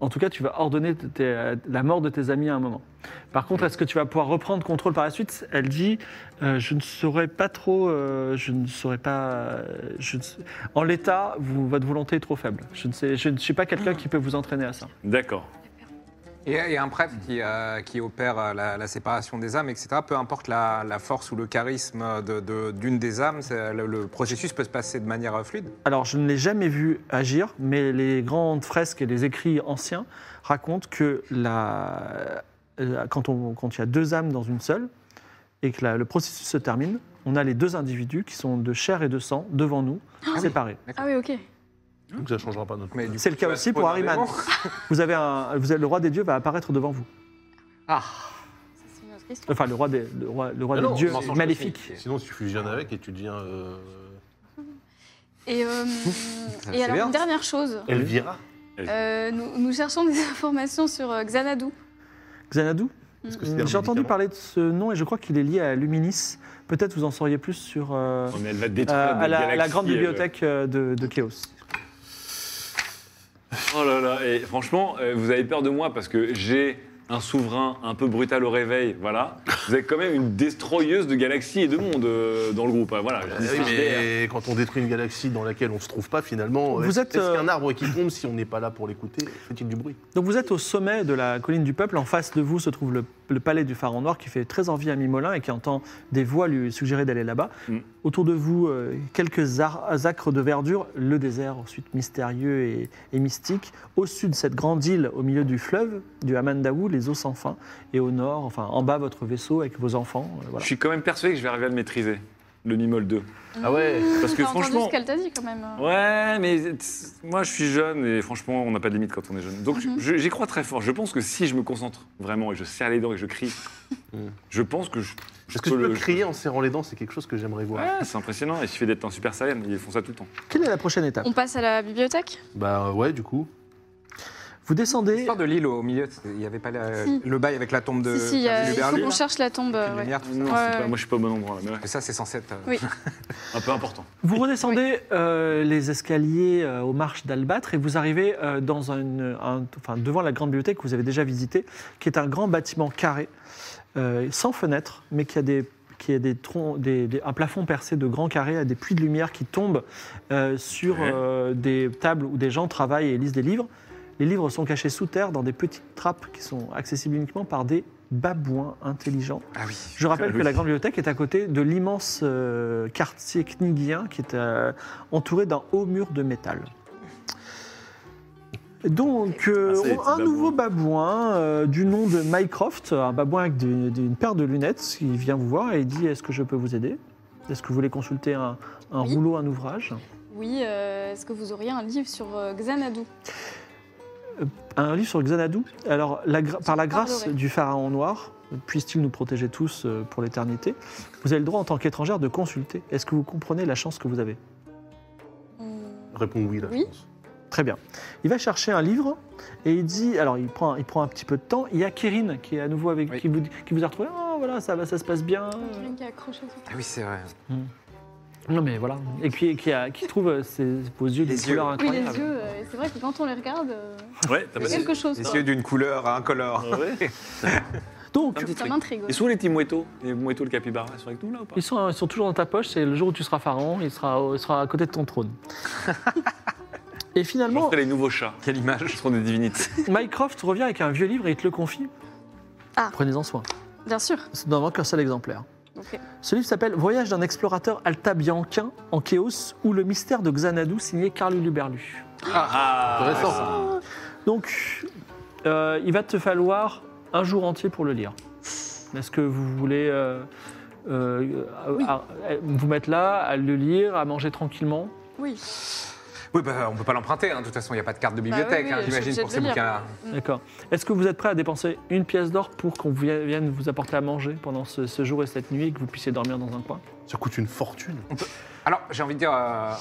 Speaker 1: en tout cas, tu vas ordonner t- tes- la mort de tes amis à un moment. Par contre, est-ce que tu vas pouvoir reprendre contrôle par la suite Elle dit euh, Je ne saurais pas trop. euh, je ne saurais pas. euh, je ne sais- En l'état, vous- votre volonté est trop faible. Je ne, sais, je ne suis pas quelqu'un qui peut vous entraîner à ça.
Speaker 2: D'accord.
Speaker 3: Et, et un prêtre qui, euh, qui opère euh, la, la séparation des âmes, etc., peu importe la, la force ou le charisme de- de- d'une des âmes, c'est- le, le processus peut se passer de manière euh, fluide.
Speaker 1: Alors, je ne l'ai jamais vu agir, mais les grandes fresques et les écrits anciens racontent que la, la- quand, on, quand il y a deux âmes dans une seule et que la- le processus se termine, on a les deux individus qui sont de chair et de sang devant nous, séparés.
Speaker 4: Ah oui, ok.
Speaker 5: Donc ça changera pas notre.
Speaker 3: Mais du coup,
Speaker 1: C'est le
Speaker 3: tu
Speaker 1: cas
Speaker 3: vas
Speaker 1: aussi
Speaker 3: te
Speaker 1: pour
Speaker 3: poser un
Speaker 1: Harryman.
Speaker 3: démon.
Speaker 1: Vous avez un, vous avez- le roi des dieux va apparaître devant vous.
Speaker 3: Ah,
Speaker 4: Ça, c'est une autre question.
Speaker 1: Enfin, le roi des, le roi, le roi
Speaker 5: Ah
Speaker 1: des
Speaker 5: non,
Speaker 1: dieux
Speaker 5: mensonge
Speaker 1: maléfique.
Speaker 5: Sinon, tu fusionnes avec et tu deviens. euh,
Speaker 4: Et, euh,
Speaker 3: Ça, c'est
Speaker 4: et alors,
Speaker 3: bien.
Speaker 4: une dernière chose.
Speaker 5: Elvira.
Speaker 4: Euh, nous, nous cherchons des informations sur euh, Xanadu.
Speaker 1: Xanadu Mm.
Speaker 5: Est-ce que c'était un
Speaker 1: J'ai entendu
Speaker 5: médicament
Speaker 1: parler de ce nom et je crois qu'il est lié à Luminis. Peut-être vous en sauriez plus sur. euh,
Speaker 2: On elle va détruire
Speaker 1: Euh, à
Speaker 2: notre
Speaker 1: la, la
Speaker 2: galaxie,
Speaker 1: grande
Speaker 2: elle.
Speaker 1: bibliothèque euh, de, de Chaos.
Speaker 2: Oh là là, et franchement, euh, vous avez peur de moi parce que j'ai un souverain un peu brutal au réveil, voilà. Vous êtes quand même une destroyeuse de galaxies et de mondes euh, dans le groupe, hein, voilà.
Speaker 5: Ah oui, mais quand on détruit une galaxie dans laquelle on se trouve pas finalement,
Speaker 1: Vous
Speaker 5: est-ce
Speaker 1: êtes,
Speaker 5: est-ce
Speaker 1: euh,
Speaker 5: qu'un arbre qui tombe si on n'est pas là pour l'écouter fait-il du bruit
Speaker 1: Donc vous êtes au sommet de la colline du peuple. En face de vous se trouve le, le palais du pharaon noir qui fait très envie à Mimolin et qui entend des voix lui suggérer d'aller là-bas.
Speaker 2: Mm.
Speaker 1: Autour de vous, euh, quelques ar- acres de verdure, le désert ensuite mystérieux et, et mystique. Au sud, cette grande île au milieu du fleuve, du Hamandaou, les eaux sans fin. Et au nord, enfin en bas, votre vaisseau avec vos enfants. euh,
Speaker 2: Je
Speaker 1: voilà.
Speaker 2: suis quand même persuadé que je vais arriver à le maîtriser, le Mimol 2.
Speaker 5: Ah ouais
Speaker 2: Parce que
Speaker 4: T'as entendu
Speaker 2: franchement-
Speaker 4: ce qu'elle t'a dit quand même. euh.
Speaker 2: Ouais, mais t's- moi je suis jeune et franchement on n'a pas de limite quand on est jeune. Donc
Speaker 4: Mhm.
Speaker 2: je- j'y crois très fort. Je pense que si je me concentre vraiment et je serre les dents et je crie,
Speaker 5: Mm.
Speaker 2: je pense que je. je
Speaker 5: Est-ce que tu peux
Speaker 2: le-
Speaker 5: crier en serrant les dents C'est quelque chose que j'aimerais voir.
Speaker 2: Ouais, c'est impressionnant. Il suffit d'être un super saiyan, ils font ça tout le temps.
Speaker 1: Quelle est la prochaine étape
Speaker 4: On passe à la bibliothèque
Speaker 5: Bah ouais, du coup.
Speaker 1: Vous descendez
Speaker 3: L'histoire de l'île au milieu, c'était- il n'y avait pas la-
Speaker 4: Si.
Speaker 3: le bail avec la tombe de
Speaker 4: Si, si, il y a- il faut
Speaker 3: Berlin,
Speaker 4: qu'on cherche la tombe.
Speaker 3: avec
Speaker 4: euh,
Speaker 3: une
Speaker 4: ouais.
Speaker 3: lumière, tout ça.
Speaker 2: Non, c'est
Speaker 4: Ouais, ouais.
Speaker 2: pas- moi je suis pas au bon endroit là. mais ouais.
Speaker 3: Et ça, c'est censé être. euh,
Speaker 4: Oui.
Speaker 2: Un peu important.
Speaker 1: Vous redescendez euh, les escaliers euh, aux marches d'Albâtre et vous arrivez euh, dans une- un- enfin, devant la grande bibliothèque que vous avez déjà visitée, qui est un grand bâtiment carré, euh, sans fenêtre, mais qui a des qui a des troncs, des- des- un plafond percé de grands carrés à des puits de lumière qui tombent euh, sur
Speaker 2: Ouais.
Speaker 1: euh, des tables où des gens travaillent et lisent des livres. Les livres sont cachés sous terre dans des petites trappes qui sont accessibles uniquement par des babouins intelligents.
Speaker 3: Ah oui.
Speaker 1: Je rappelle
Speaker 2: Ah
Speaker 1: que
Speaker 2: oui.
Speaker 1: la Grande Bibliothèque est à côté de l'immense euh, quartier knigien qui est euh, entouré d'un haut mur de métal. Donc, euh,
Speaker 2: Ah, ça y est,
Speaker 1: un
Speaker 2: petit
Speaker 1: nouveau babouin euh, du nom de Mycroft, un babouin avec des- des- une paire de lunettes, qui vient vous voir et il dit Est-ce que je peux vous aider Est-ce que vous voulez consulter un, un
Speaker 4: Oui.
Speaker 1: rouleau, un ouvrage
Speaker 4: Oui, euh, est-ce que vous auriez un livre sur euh, Xanadu
Speaker 1: Un livre sur Xanadu. Alors, la gra- par la grâce
Speaker 4: parlerai.
Speaker 1: du pharaon noir, puisse-t-il nous protéger tous euh, pour l'éternité, vous avez le droit en tant qu'étrangère de consulter. Est-ce que vous comprenez la chance que vous avez
Speaker 4: Hmm,
Speaker 5: Réponds oui là.
Speaker 4: Oui.
Speaker 5: Je pense.
Speaker 1: Très bien. Il va chercher un livre et il dit, alors il prend, il prend un petit peu de temps. Il y a Kirin qui est à nouveau avec,
Speaker 3: Oui.
Speaker 1: qui, vous, qui vous a retrouvé. Oh voilà, ça va, ça se passe bien.
Speaker 4: quelqu'un qui a accroché tout.
Speaker 3: Ah oui, c'est vrai.
Speaker 1: Non mais voilà. Et puis qui, a- qui trouve euh, ses, vos yeux
Speaker 3: Les
Speaker 1: des
Speaker 3: yeux.
Speaker 1: couleurs
Speaker 4: Oui, les
Speaker 1: incroyables.
Speaker 4: yeux, euh, c'est vrai que quand on les regarde, euh,
Speaker 2: Ouais, t'as
Speaker 4: il y a
Speaker 2: passé.
Speaker 4: quelque chose.
Speaker 3: Les
Speaker 4: quoi.
Speaker 3: yeux d'une couleur à incolore.
Speaker 1: Donc
Speaker 4: Ça m'intrigue. ouais.
Speaker 2: Ils sont où les petits mouettos Les mouettos, le capybara, ils sont avec nous là ou pas
Speaker 1: ils sont, ils sont toujours dans ta poche. C'est le jour où tu seras pharaon, il sera, il sera à côté de ton trône. et
Speaker 2: J'en
Speaker 1: finalement,
Speaker 2: ferai les nouveaux chats.
Speaker 3: Quelle
Speaker 2: Ce
Speaker 3: image
Speaker 2: seront des divinités.
Speaker 1: Mycroft revient avec un vieux livre et il te le confie.
Speaker 4: Ah.
Speaker 1: Prenez-en soin.
Speaker 4: Bien sûr.
Speaker 1: C'est n'en manque qu'un seul exemplaire.
Speaker 4: Ok.
Speaker 1: Ce livre s'appelle Voyage d'un explorateur altabianquin en Chaos ou le mystère de Xanadu signé Carl Luberlu.
Speaker 2: Ah,
Speaker 5: Intéressant.
Speaker 1: Donc, euh, il va te falloir un jour entier pour le lire. Est-ce que vous voulez euh, euh, à- à- vous mettre là, à le lire, à manger tranquillement.
Speaker 4: Oui.
Speaker 3: Oui, bah, on peut pas l'emprunter, hein. de toute façon, il n'y a pas de carte de
Speaker 4: Bah oui,
Speaker 3: bibliothèque,
Speaker 4: oui,
Speaker 3: hein,
Speaker 4: je suis
Speaker 3: j'imagine,
Speaker 4: obligée
Speaker 3: pour
Speaker 4: de
Speaker 3: ces
Speaker 4: le lire.
Speaker 3: bouquins-là.
Speaker 4: Mm.
Speaker 1: D'accord. Est-ce que vous êtes prêt à dépenser une pièce d'or pour qu'on vous- vienne vous apporter à manger pendant ce, ce jour et cette nuit et que vous puissiez dormir dans un coin
Speaker 5: Ça coûte une fortune.
Speaker 3: Alors, j'ai envie de dire, euh,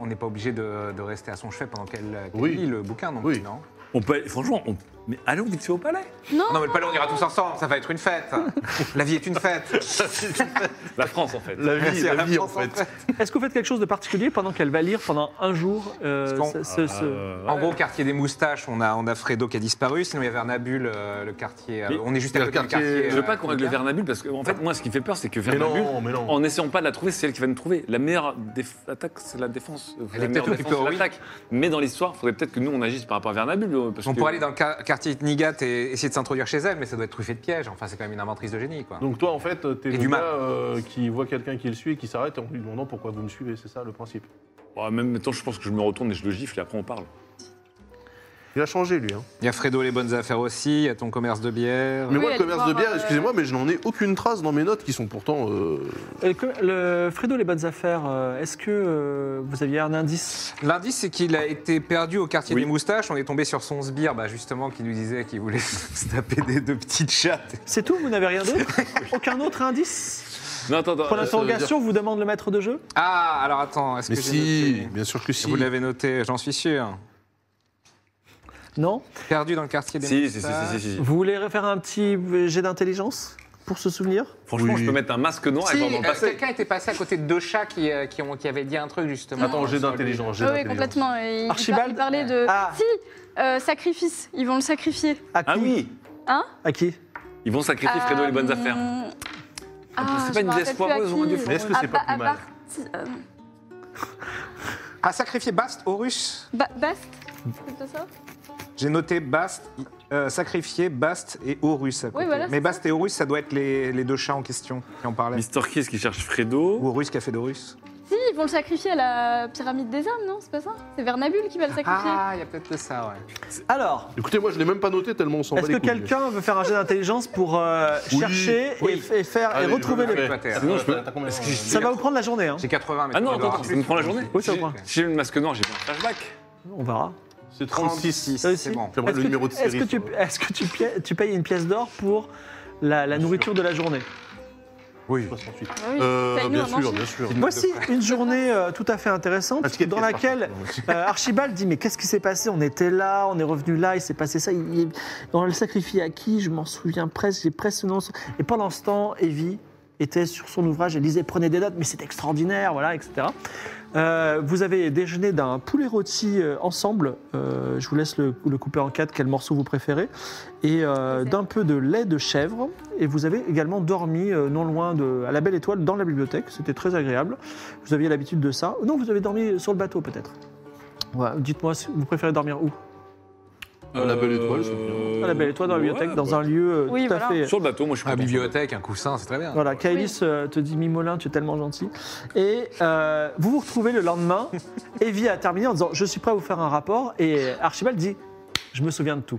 Speaker 3: on n'est pas obligé de, de rester à son chevet pendant qu'elle qu'elle
Speaker 5: Oui.
Speaker 3: lit le bouquin, non
Speaker 5: Oui.
Speaker 3: non
Speaker 2: On peut aller- franchement, on- mais allons vite fait au palais.
Speaker 3: Non, mais le palais, on ira tous ensemble, ça va être une fête. La vie est une fête.
Speaker 2: La France, en fait.
Speaker 5: La vie,
Speaker 3: Merci à
Speaker 5: la vie en
Speaker 3: France,
Speaker 5: fait.
Speaker 1: Est-ce que vous faites quelque chose de particulier pendant qu'elle va lire pendant un jour euh,
Speaker 3: Parce
Speaker 1: ce-
Speaker 3: qu'on-
Speaker 1: ce- ce-
Speaker 2: Euh,
Speaker 3: En
Speaker 2: ouais.
Speaker 3: gros, quartier des moustaches, on a, on a Fredo qui a disparu, sinon il y avait Vernabule, euh, le quartier. euh,
Speaker 2: Mais-
Speaker 3: on est juste à
Speaker 5: Le
Speaker 3: côté
Speaker 5: quartier-
Speaker 3: du quartier.
Speaker 2: Je veux pas
Speaker 3: euh,
Speaker 2: qu'on règle Vernabule
Speaker 3: Vernabule.
Speaker 2: parce que, en fait, moi, ce qui me fait peur, c'est que
Speaker 5: Mais
Speaker 2: Vernabule,
Speaker 5: non, mais non.
Speaker 2: en n'essayant pas de la trouver, c'est elle qui va nous trouver. La meilleure déf- attaque, c'est la défense.
Speaker 3: Elle
Speaker 2: la
Speaker 3: est
Speaker 2: meilleure
Speaker 3: peut-être
Speaker 2: défense,
Speaker 3: occupée,
Speaker 2: c'est
Speaker 3: oui.
Speaker 2: l'attaque. Mais dans l'histoire, il faudrait peut-être que nous, on agisse par rapport à Vernabule. euh, Parce
Speaker 3: On
Speaker 2: que-
Speaker 3: pourrait aller dans le ca- quartier de Nigat et essayer de s'introduire chez elle, mais ça doit être truffé de pièges. Enfin, c'est quand même une inventrice de génie, quoi.
Speaker 5: Donc toi, en fait, t'es
Speaker 3: Et
Speaker 5: le
Speaker 3: du
Speaker 5: gars
Speaker 3: mal.
Speaker 5: euh, qui voit quelqu'un qui le suit et qui s'arrête en lui demandant pourquoi vous me suivez, c'est ça le principe.
Speaker 2: Ouais, en Bah, même temps, je pense que je me retourne et je le gifle et après, on parle.
Speaker 5: Il a changé lui. Hein.
Speaker 3: Il y a Fredo les bonnes affaires aussi, il y a ton commerce de bière.
Speaker 5: Mais moi,
Speaker 4: elle
Speaker 5: le commerce
Speaker 4: doit
Speaker 5: de
Speaker 4: avoir,
Speaker 5: bière,
Speaker 4: euh,
Speaker 5: excusez-moi, mais je n'en ai aucune trace dans mes notes qui sont pourtant. euh,
Speaker 1: Et que- le Fredo, les bonnes affaires, euh, est-ce que euh, vous aviez un indice
Speaker 3: L'indice, c'est qu'il a été perdu au quartier
Speaker 2: Oui.
Speaker 3: des moustaches. On est tombé sur son sbire, bah, justement, qui nous disait qu'il voulait se taper des deux petites chattes.
Speaker 1: C'est tout Vous n'avez rien d'autre Aucun autre indice
Speaker 2: Non, attends, attends.
Speaker 1: Pour
Speaker 2: euh,
Speaker 1: l'interrogation, vous demande le maître de jeu
Speaker 3: Ah, alors attends, est-ce
Speaker 5: Mais
Speaker 3: que j'ai
Speaker 5: si,
Speaker 3: noté
Speaker 5: bien sûr que si.
Speaker 3: Vous l'avez noté, j'en suis sûr.
Speaker 1: Non
Speaker 3: Perdu dans le quartier des
Speaker 2: Si, si, si,
Speaker 3: moustaches.
Speaker 2: si, si, si.
Speaker 1: Vous voulez faire un petit jet d'intelligence pour se souvenir
Speaker 2: Franchement,
Speaker 5: Oui.
Speaker 2: je peux mettre un masque noir et
Speaker 3: Si,
Speaker 2: pas m'en
Speaker 3: euh,
Speaker 2: passer.
Speaker 3: quelqu'un était passé à côté de deux chats qui, euh, qui, ont- qui avaient dit un truc justement.
Speaker 5: Attends, j'ai d'intelligence. j'ai
Speaker 4: Ah oui,
Speaker 5: d'intelligence.
Speaker 4: complètement. Et Il,
Speaker 1: Archibald
Speaker 4: il parlait de.
Speaker 1: Ah.
Speaker 4: Si euh, Sacrifice, ils vont le sacrifier.
Speaker 1: À qui
Speaker 2: Ah oui
Speaker 1: À qui
Speaker 2: Ils vont sacrifier Fredo les bonnes
Speaker 4: Euh,
Speaker 2: affaires.
Speaker 4: Ah,
Speaker 2: C'est pas une
Speaker 4: je me
Speaker 2: vieille
Speaker 4: rappelle
Speaker 2: poireuse,
Speaker 4: plus à
Speaker 2: on aurait dû
Speaker 4: qui.
Speaker 2: faire.
Speaker 5: Mais est-ce que c'est
Speaker 4: À
Speaker 5: pas
Speaker 4: Ba-
Speaker 5: plus
Speaker 4: à
Speaker 5: mal
Speaker 4: Barthi- euh,
Speaker 3: À sacrifier Bast aux Russes
Speaker 4: Ba- Bast C'est pas ça
Speaker 3: J'ai noté Bast, euh, sacrifier Bast et Horus. à côté.
Speaker 4: Oui, voilà,
Speaker 3: Mais
Speaker 4: c'est
Speaker 3: Bast et Horus, ça doit être les, les deux chats en question qui en parlaient.
Speaker 2: Mister Kiss qui cherche Fredo.
Speaker 3: Ou Horus qui a fait d'Horus.
Speaker 4: Si, ils vont le sacrifier à la pyramide des âmes, non C'est pas ça C'est Vernabule qui va le sacrifier.
Speaker 3: Ah, il y a peut-être de ça, ouais.
Speaker 1: Alors,
Speaker 5: Écoutez, moi, je l'ai même pas noté tellement on s'en bat
Speaker 1: est-ce
Speaker 5: les
Speaker 1: que
Speaker 5: couilles. hein.
Speaker 1: quelqu'un veut faire un jet d'intelligence pour euh,
Speaker 5: Oui,
Speaker 1: chercher et-
Speaker 3: oui.
Speaker 1: Et, faire
Speaker 5: Allez,
Speaker 1: et retrouver
Speaker 5: je
Speaker 1: les
Speaker 5: vais
Speaker 3: Toi, t'es-
Speaker 2: Sinon, je peux.
Speaker 5: T'as combien,
Speaker 2: Est-ce que
Speaker 5: euh,
Speaker 2: je-
Speaker 1: Ça va vous prendre la journée, hein.
Speaker 3: J'ai 80, mais
Speaker 2: Ah
Speaker 3: tu
Speaker 2: non,
Speaker 3: vas
Speaker 2: attends,
Speaker 3: voir.
Speaker 2: attends, tu me prends la journée
Speaker 1: Oui, ça va.
Speaker 2: Si- Si j'ai le masque noir, j'ai un flashback.
Speaker 1: on verra. Euh,
Speaker 5: C'est
Speaker 3: 36,
Speaker 5: 36.
Speaker 1: Ça aussi.
Speaker 3: c'est bon.
Speaker 5: J'aimerais
Speaker 1: Est-ce
Speaker 5: le
Speaker 1: que
Speaker 5: numéro de
Speaker 1: tu- est-ce
Speaker 5: série.
Speaker 1: que, tu,
Speaker 5: sur- euh,
Speaker 1: est-ce que tu, pi- tu payes une pièce d'or pour la, la nourriture de la journée
Speaker 3: Oui.
Speaker 5: 68.
Speaker 4: Ah oui.
Speaker 5: Euh,
Speaker 4: Fais-nous
Speaker 5: bien
Speaker 4: un
Speaker 5: sûr,
Speaker 4: manchot.
Speaker 5: bien sûr.
Speaker 1: Voici une journée euh, tout à fait intéressante
Speaker 5: Un ticket de
Speaker 1: dans
Speaker 5: caisse, par
Speaker 1: laquelle
Speaker 5: contre.
Speaker 1: euh, Archibald dit mais qu'est-ce qui s'est passé On était là, on est revenu là, il s'est passé ça, il- il- on le sacrifie à qui Je m'en souviens presque, j'ai presque non. Et pendant ce temps, Evie était sur son ouvrage et lisait, prenait des notes, mais c'est extraordinaire, voilà, etc. Euh, vous avez déjeuné d'un poulet rôti euh, ensemble. Euh, je vous laisse le, le couper en quatre, quel morceau vous préférez. Et euh, d'un peu de lait de chèvre. Et vous avez également dormi euh, non loin de, à la Belle Étoile dans la bibliothèque. C'était très agréable. Vous aviez l'habitude de ça. Non, vous avez dormi sur le bateau peut-être. Ouais, Dites-moi, si vous préférez dormir où Ah,
Speaker 5: À la Belle Étoile, c'est
Speaker 2: bien.
Speaker 1: À Ah, la Belle Étoile, ben, dans la bibliothèque, dans un lieu euh,
Speaker 4: Oui,
Speaker 1: tout à
Speaker 4: voilà.
Speaker 1: fait.
Speaker 2: Euh, Sur le bateau, moi, je suis
Speaker 3: La
Speaker 2: content.
Speaker 3: bibliothèque, un coussin, c'est très bien.
Speaker 1: Voilà, Kaelis euh, te dit Mimolin, tu es tellement gentil. Et euh, vous vous retrouvez le lendemain. Evie a terminé en disant Je suis prêt à vous faire un rapport. Et Archibald dit Je me souviens de tout.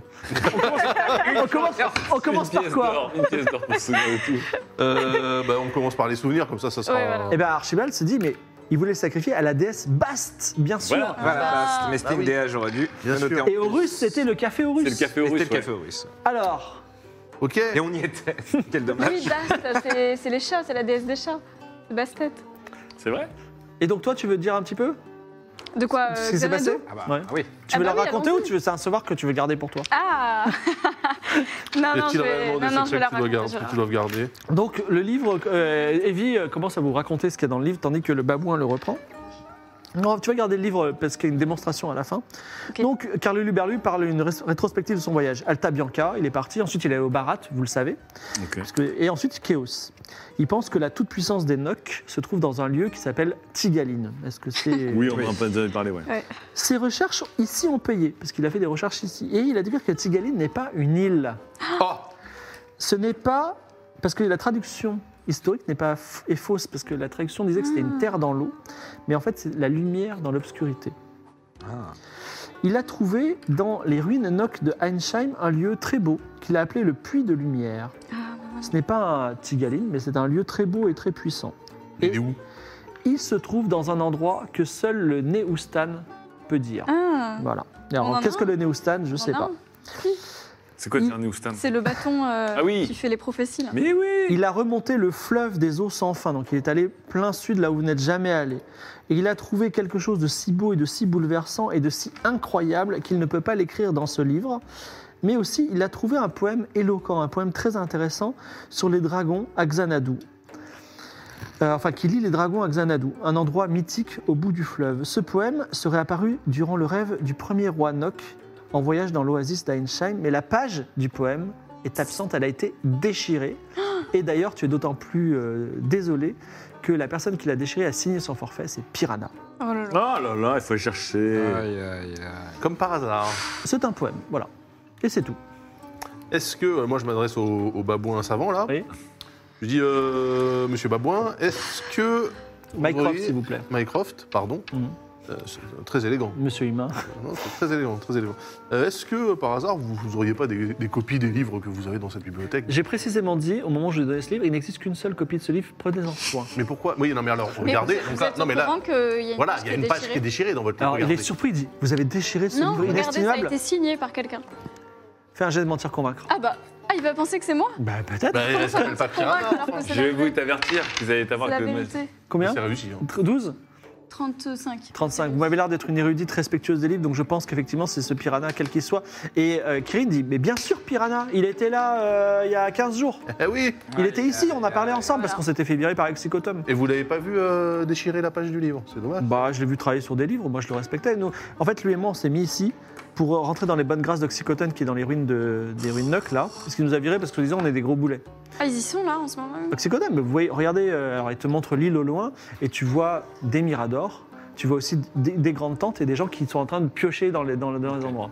Speaker 1: on commence, on commence
Speaker 2: Une
Speaker 1: par
Speaker 2: pièce
Speaker 1: quoi
Speaker 2: d'or, Une pièce d'or pour se souvenir de tout.
Speaker 5: Euh, bah, on commence par les souvenirs, comme ça, ça sera. euh,
Speaker 4: Ouais, voilà.
Speaker 1: Eh bien, Archibald se dit Mais il voulait sacrifier à la déesse Bast, bien sûr.
Speaker 2: Voilà.
Speaker 3: Voilà, Ah,
Speaker 4: Ah,
Speaker 3: Bast, mais c'était
Speaker 1: Bah
Speaker 3: une
Speaker 1: oui.
Speaker 3: DA, j'aurais dû.
Speaker 5: Bien
Speaker 3: noter
Speaker 5: sûr.
Speaker 3: en-
Speaker 1: Et au russe, c'était le café au russe.
Speaker 2: C'est le café
Speaker 3: Mais
Speaker 2: au
Speaker 3: C'était
Speaker 2: russe.
Speaker 3: le café au russe.
Speaker 1: Alors,
Speaker 5: Ok.
Speaker 3: Et on y était.
Speaker 1: ben,
Speaker 3: Quel dommage.
Speaker 4: Oui, Bast, c'est- c'est les chats, c'est la déesse des chats. Bastet.
Speaker 2: ouais. C'est vrai
Speaker 1: et donc, toi, tu veux dire un petit peu
Speaker 4: De quoi euh,
Speaker 1: ce qui s'est
Speaker 4: Xanadu
Speaker 1: passé
Speaker 3: Ah bah
Speaker 1: Ouais.
Speaker 3: ah oui.
Speaker 1: Tu
Speaker 4: Ah
Speaker 1: veux
Speaker 4: bah
Speaker 1: la
Speaker 4: oui,
Speaker 1: raconter ou
Speaker 4: allons-y.
Speaker 1: tu veux, c'est un savoir que tu veux garder pour toi
Speaker 4: Ah Non,
Speaker 5: Y
Speaker 4: non, je
Speaker 5: a-t-il
Speaker 4: vais, non,
Speaker 5: réellement des
Speaker 4: non, je vais
Speaker 5: secrets
Speaker 4: la
Speaker 5: que tu dois
Speaker 4: raconter. je vais
Speaker 5: garder-
Speaker 4: la
Speaker 5: que tu dois garder
Speaker 1: Donc le livre, euh, Evie euh, commence à vous raconter ce qu'il y a dans le livre, tandis que le babouin le reprend. Non, tu vas garder le livre euh, parce qu'il y a une démonstration à la fin.
Speaker 4: Ok.
Speaker 1: Donc, Carlo Luberlu parle une ré- rétrospective de son voyage. Alta Bianca, il est parti. Ensuite, il est allé au Barat, vous le savez.
Speaker 2: Ok.
Speaker 1: Parce que- et ensuite, Chaos. Il pense que la toute-puissance des Nocs se trouve dans un lieu qui s'appelle Tigaline. Est-ce que c'est.
Speaker 2: Oui, on en a déjà parlé, ouais.
Speaker 1: Ses recherches ici ont payé, parce qu'il a fait des recherches ici. Et il a découvert que Tigaline n'est pas une île.
Speaker 3: Oh
Speaker 1: Ce n'est pas. Parce que la traduction historique n'est pas f- est fausse, parce que la traduction disait que c'était
Speaker 4: Hmm.
Speaker 1: une terre dans l'eau, mais en fait, c'est la lumière dans l'obscurité.
Speaker 3: Ah.
Speaker 1: Il a trouvé dans les ruines Nock de Heinsheim un lieu très beau qu'il a appelé le Puits de Lumière.
Speaker 4: raconter. Ah, maman,
Speaker 1: Ce n'est pas un Tigaline, mais c'est un lieu très beau et très puissant.
Speaker 5: Il est où
Speaker 1: Il se trouve dans un endroit que seul le Néoustan peut dire.
Speaker 4: Ah,
Speaker 1: Voilà.
Speaker 4: On en
Speaker 1: Alors,
Speaker 4: a
Speaker 1: qu'est-ce que
Speaker 4: un
Speaker 1: le Néoustan Je ne sais
Speaker 4: on en a
Speaker 1: pas.
Speaker 4: un.
Speaker 2: C'est quoi le dernier Oustan
Speaker 4: C'est le bâton euh,
Speaker 2: Ah oui.
Speaker 4: qui fait les prophéties. Là.
Speaker 2: Mais oui
Speaker 1: Il a remonté le fleuve des eaux sans fin, donc il est allé plein sud là où vous n'êtes jamais allé. Et il a trouvé quelque chose de si beau et de si bouleversant et de si incroyable qu'il ne peut pas l'écrire dans ce livre. Mais aussi, il a trouvé un poème éloquent, un poème très intéressant sur les dragons à Xanadu. Euh, enfin, qui lit les dragons à Xanadu, un endroit mythique au bout du fleuve. Ce poème serait apparu durant le rêve du premier roi Nok en voyage dans l'oasis d'Ainsheim, mais la page du poème est absente, elle a été déchirée. Et d'ailleurs, tu es d'autant plus euh, désolé que la personne qui l'a déchiré a signé son forfait, c'est Piranha.
Speaker 4: Oh là là.
Speaker 2: Oh là là, il faut chercher.
Speaker 3: Aïe, aïe, aïe.
Speaker 5: Comme par hasard.
Speaker 1: C'est un poème, voilà. Et c'est tout.
Speaker 5: Est-ce que. euh, Moi, je m'adresse au, au babouin savant, là.
Speaker 1: Oui.
Speaker 5: Je lui dis, euh, monsieur babouin, est-ce que. vous
Speaker 1: Mycroft,
Speaker 5: auriez-
Speaker 1: s'il vous plaît.
Speaker 5: Mycroft, pardon.
Speaker 1: Mhm.
Speaker 5: Euh, c'est, euh, très élégant.
Speaker 1: Monsieur Humain.
Speaker 5: Non, c'est très élégant, très élégant. Euh, est-ce que, euh, par hasard, vous, vous auriez pas des, des copies des livres que vous avez dans cette bibliothèque
Speaker 1: J'ai précisément dit, au moment où je vous ai donné ce livre, il n'existe qu'une seule copie de ce livre, prenez-en soin.
Speaker 5: Mais pourquoi Oui, non, mais alors,
Speaker 4: Mais vous-
Speaker 5: regardez. donc
Speaker 4: vous
Speaker 5: là-
Speaker 4: êtes
Speaker 5: non,
Speaker 4: au
Speaker 5: mais là,
Speaker 4: courant que il y a une
Speaker 5: voilà,
Speaker 4: page
Speaker 5: il y a
Speaker 4: qui
Speaker 5: une
Speaker 4: est
Speaker 5: page qui est
Speaker 4: déchirée.
Speaker 5: déchirée dans votre livre.
Speaker 1: Alors, il est
Speaker 5: Ah, regardez.
Speaker 1: surpris, il dit, vous avez déchiré ce
Speaker 4: Non,
Speaker 1: livre
Speaker 4: regardez, ça a
Speaker 1: inestimable.
Speaker 4: été signé par quelqu'un.
Speaker 1: Fais un jet de mentir convaincre.
Speaker 4: Ah bah, ah, il va penser que c'est moi
Speaker 1: Bah peut-être.
Speaker 5: Bah, elle s'appelle pas
Speaker 4: Convaincre
Speaker 5: Piranha.
Speaker 4: alors que c'est
Speaker 2: Je vais
Speaker 4: la,
Speaker 2: vous t'avertir qu'ils allaient
Speaker 4: c'est
Speaker 2: t'avoir
Speaker 4: la
Speaker 2: que
Speaker 4: vérité.
Speaker 1: Combien
Speaker 5: C'est réussi. hein.
Speaker 1: 12
Speaker 4: 35.
Speaker 1: 35. Vous m'avez l'air d'être une érudite respectueuse des livres, donc je pense qu'effectivement c'est ce Piranha, quel qu'il soit. Et euh, Kirin dit, mais bien sûr Piranha, il était là euh, il y a 15 jours.
Speaker 5: Eh oui
Speaker 1: Il
Speaker 3: Ouais,
Speaker 1: était
Speaker 3: il y a-
Speaker 1: ici, on a parlé
Speaker 3: il y a-
Speaker 1: ensemble parce
Speaker 4: voilà.
Speaker 1: qu'on s'était fait virer par Exicotum.
Speaker 5: Et vous l'avez pas vu euh, déchirer la page du livre, c'est dommage.
Speaker 1: Bah, je l'ai vu travailler sur des livres, moi je le respectais. Nous, en fait, lui et moi, on s'est mis ici pour rentrer dans les bonnes grâces d'Oxycotton qui est dans les ruines de, des ruines Noc, là, parce qu'il nous a virés parce que disons on est des gros boulets.
Speaker 4: Ah, ils y sont là en ce moment
Speaker 1: Oxycotton, mais vous voyez, regardez, euh, alors il te montre l'île au loin et tu vois des miradors, tu vois aussi des, des grandes tentes et des gens qui sont en train de piocher dans les, dans les- dans les endroits.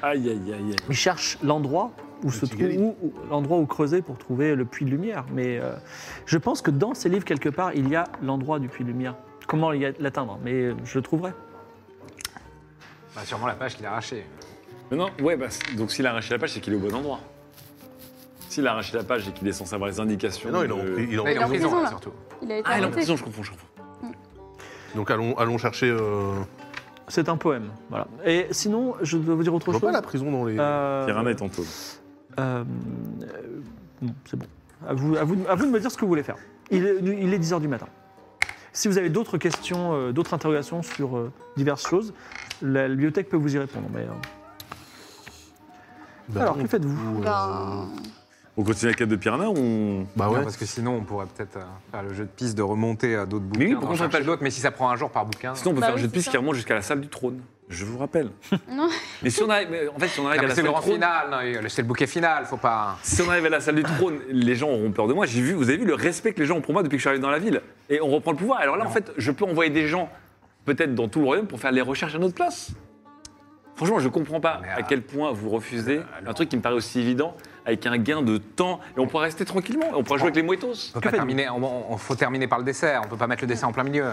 Speaker 2: Aïe, aïe, aïe, aïe.
Speaker 1: Ils cherchent l'endroit où se trouve
Speaker 5: Tigaline.
Speaker 1: où- où- l'endroit où creuser pour trouver le puits de lumière, mais euh, je pense que dans ces livres quelque part il y a l'endroit du puits de lumière. Comment y a- l'atteindre Mais euh, je le trouverai.
Speaker 3: Bah, sûrement la page qu'il a arrachée.
Speaker 2: Mais non, ouais, bah, c'est- donc s'il a arraché la page, c'est qu'il est au bon endroit. S'il a arraché la page et qu'il est censé avoir les indications.
Speaker 5: Mais non, il est
Speaker 2: de-
Speaker 5: en, il est en-
Speaker 3: Là, il est en prison, là,
Speaker 4: là.
Speaker 3: surtout.
Speaker 4: Il a été
Speaker 2: Ah, il est en
Speaker 4: arrêté.
Speaker 2: prison, je confonds, je confonds.
Speaker 5: Donc allons, allons chercher. euh,
Speaker 1: C'est un poème, voilà. Et sinon, je dois vous dire autre
Speaker 5: Je vois
Speaker 1: chose.
Speaker 5: pas la prison dans les.
Speaker 1: Euh,
Speaker 2: Ah, Piranha est en taule.
Speaker 1: euh, euh, non, c'est bon. À vous, à, vous, à vous de me dire ce que vous voulez faire. Il est, il est 10h du matin. Si vous avez d'autres questions, euh, d'autres interrogations sur euh, diverses choses, la bibliothèque peut vous y répondre. Mais, euh,
Speaker 5: Bah,
Speaker 1: Alors,
Speaker 5: non.
Speaker 1: que faites-vous
Speaker 4: Ben,
Speaker 2: On continue la quête de Piranha ou on.
Speaker 5: Bah
Speaker 3: Non,
Speaker 5: ouais.
Speaker 3: parce que sinon, on pourrait peut-être euh, faire le jeu de piste de remonter à d'autres bouquins.
Speaker 2: oui,
Speaker 3: d'en
Speaker 2: pourquoi on
Speaker 3: chercher
Speaker 2: s'appelle-
Speaker 3: d'autres Mais si ça prend un jour par bouquin.
Speaker 2: Sinon, on peut
Speaker 4: Bah
Speaker 2: faire
Speaker 4: oui,
Speaker 2: un jeu de
Speaker 4: c'est
Speaker 2: piste
Speaker 4: ça.
Speaker 2: qui remonte jusqu'à la salle du trône. Je vous rappelle.
Speaker 4: non,
Speaker 2: Mais si on arrive, mais en fait, si on arrive
Speaker 3: Ah,
Speaker 2: à
Speaker 3: mais
Speaker 2: la
Speaker 3: c'est
Speaker 2: salle
Speaker 3: le
Speaker 2: du
Speaker 3: rang
Speaker 2: trône,
Speaker 3: final, non, c'est le bouquet final, faut pas.
Speaker 2: si on arrive à la salle du trône, les gens auront peur de moi. J'ai vu, vous avez vu le respect que les gens ont pour moi depuis que je suis arrivé dans la ville. Et on reprend le pouvoir. Alors là, en fait, je peux envoyer des gens peut-être dans tout le royaume pour faire les recherches à notre place. Franchement, je comprends pas
Speaker 3: Mais,
Speaker 2: à
Speaker 3: euh,
Speaker 2: quel point vous refusez
Speaker 3: alors-
Speaker 2: un truc qui me paraît aussi évident avec un gain de temps et on pourra rester tranquillement et on pourra jouer avec les moitos.
Speaker 3: On peut pas terminer, on, on- faut terminer par le dessert, on peut pas mettre le dessert en plein milieu.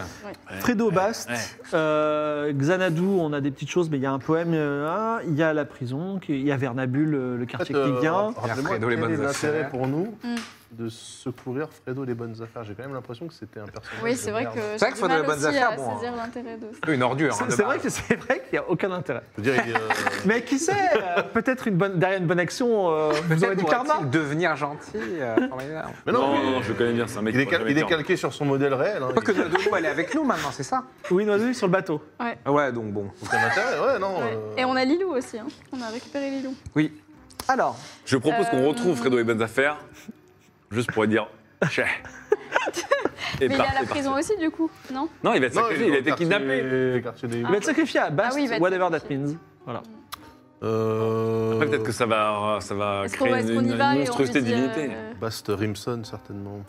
Speaker 1: Fredo Bast,
Speaker 2: ouais.
Speaker 1: euh, Xanadu, on a des petites choses, mais il y a un poème, euh, hein, il y a la prison, qui- il y a Vernabule, euh, le
Speaker 5: En fait,
Speaker 1: quartier
Speaker 5: euh,
Speaker 1: clignant.
Speaker 5: rappelez-moi,
Speaker 3: Fredo, les
Speaker 5: quel
Speaker 3: bonnes
Speaker 5: est l'intérêt
Speaker 3: affaires.
Speaker 5: pour nous
Speaker 4: Mm.
Speaker 5: de secourir Fredo les bonnes affaires J'ai quand même l'impression que c'était un personnage.
Speaker 4: oui,
Speaker 5: de
Speaker 4: c'est vrai que.
Speaker 5: merde.
Speaker 4: j'ai
Speaker 3: vrai qu'il
Speaker 4: du
Speaker 3: faudrait
Speaker 4: mal
Speaker 3: les bonnes
Speaker 4: aussi
Speaker 3: affaires,
Speaker 4: à
Speaker 3: bon,
Speaker 4: saisir l'intérêt de ça.
Speaker 3: Une ordure. hein,
Speaker 1: C'est
Speaker 3: de
Speaker 1: c'est
Speaker 3: base.
Speaker 1: vrai que c'est vrai qu'il n'y a aucun intérêt.
Speaker 5: Je veux dire, il est, euh,
Speaker 1: Mais qui sait, euh, peut-être une bonne, derrière une bonne action, euh, vous aurez du
Speaker 3: Pourrait-il
Speaker 1: karma.
Speaker 3: Devenir gentil, euh, formidable.
Speaker 5: Mais
Speaker 2: Non,
Speaker 5: non,
Speaker 2: non,
Speaker 5: mais-
Speaker 2: non, Oh, je le connais bien, c'est un mec
Speaker 5: il est,
Speaker 2: qui
Speaker 5: cal-
Speaker 2: pourra
Speaker 5: il
Speaker 2: jamais
Speaker 5: est
Speaker 2: perdre.
Speaker 5: calqué sur son modèle réel. Hein,
Speaker 3: Pas que
Speaker 5: il-
Speaker 3: Nodou, elle est avec nous maintenant, c'est ça
Speaker 1: Oui, Noisy sur le bateau.
Speaker 3: Ah Ouais, donc bon.
Speaker 5: aucun intérêt, ouais, non.
Speaker 4: Ouais.
Speaker 5: euh,
Speaker 4: Et on a Lilou aussi, hein. on a récupéré Lilou.
Speaker 3: Oui.
Speaker 1: Alors,
Speaker 2: Je propose qu'on
Speaker 4: Euh,
Speaker 2: retrouve Fredo et Bonnes Affaires, juste pour dire. Chais. Et
Speaker 4: Mais il est
Speaker 2: parti,
Speaker 4: à la
Speaker 2: parti.
Speaker 4: prison aussi, du coup, non
Speaker 2: Non, il va être
Speaker 5: non,
Speaker 2: sacrifié, il a été kidnappé.
Speaker 5: Quartier des...
Speaker 1: il va être sacrifié à Bast,
Speaker 4: Ah oui, il va être
Speaker 1: whatever that
Speaker 4: sacrifié.
Speaker 1: means. Voilà.
Speaker 5: Euh,
Speaker 2: Après, Peut-être que ça va, ça va
Speaker 4: Est-ce qu'on
Speaker 2: créer
Speaker 4: est-ce
Speaker 2: une,
Speaker 4: qu'on y
Speaker 2: une
Speaker 4: va et on lui
Speaker 2: monstruosité
Speaker 4: dit, euh,
Speaker 2: divinité.
Speaker 5: Bast Rimson, certainement.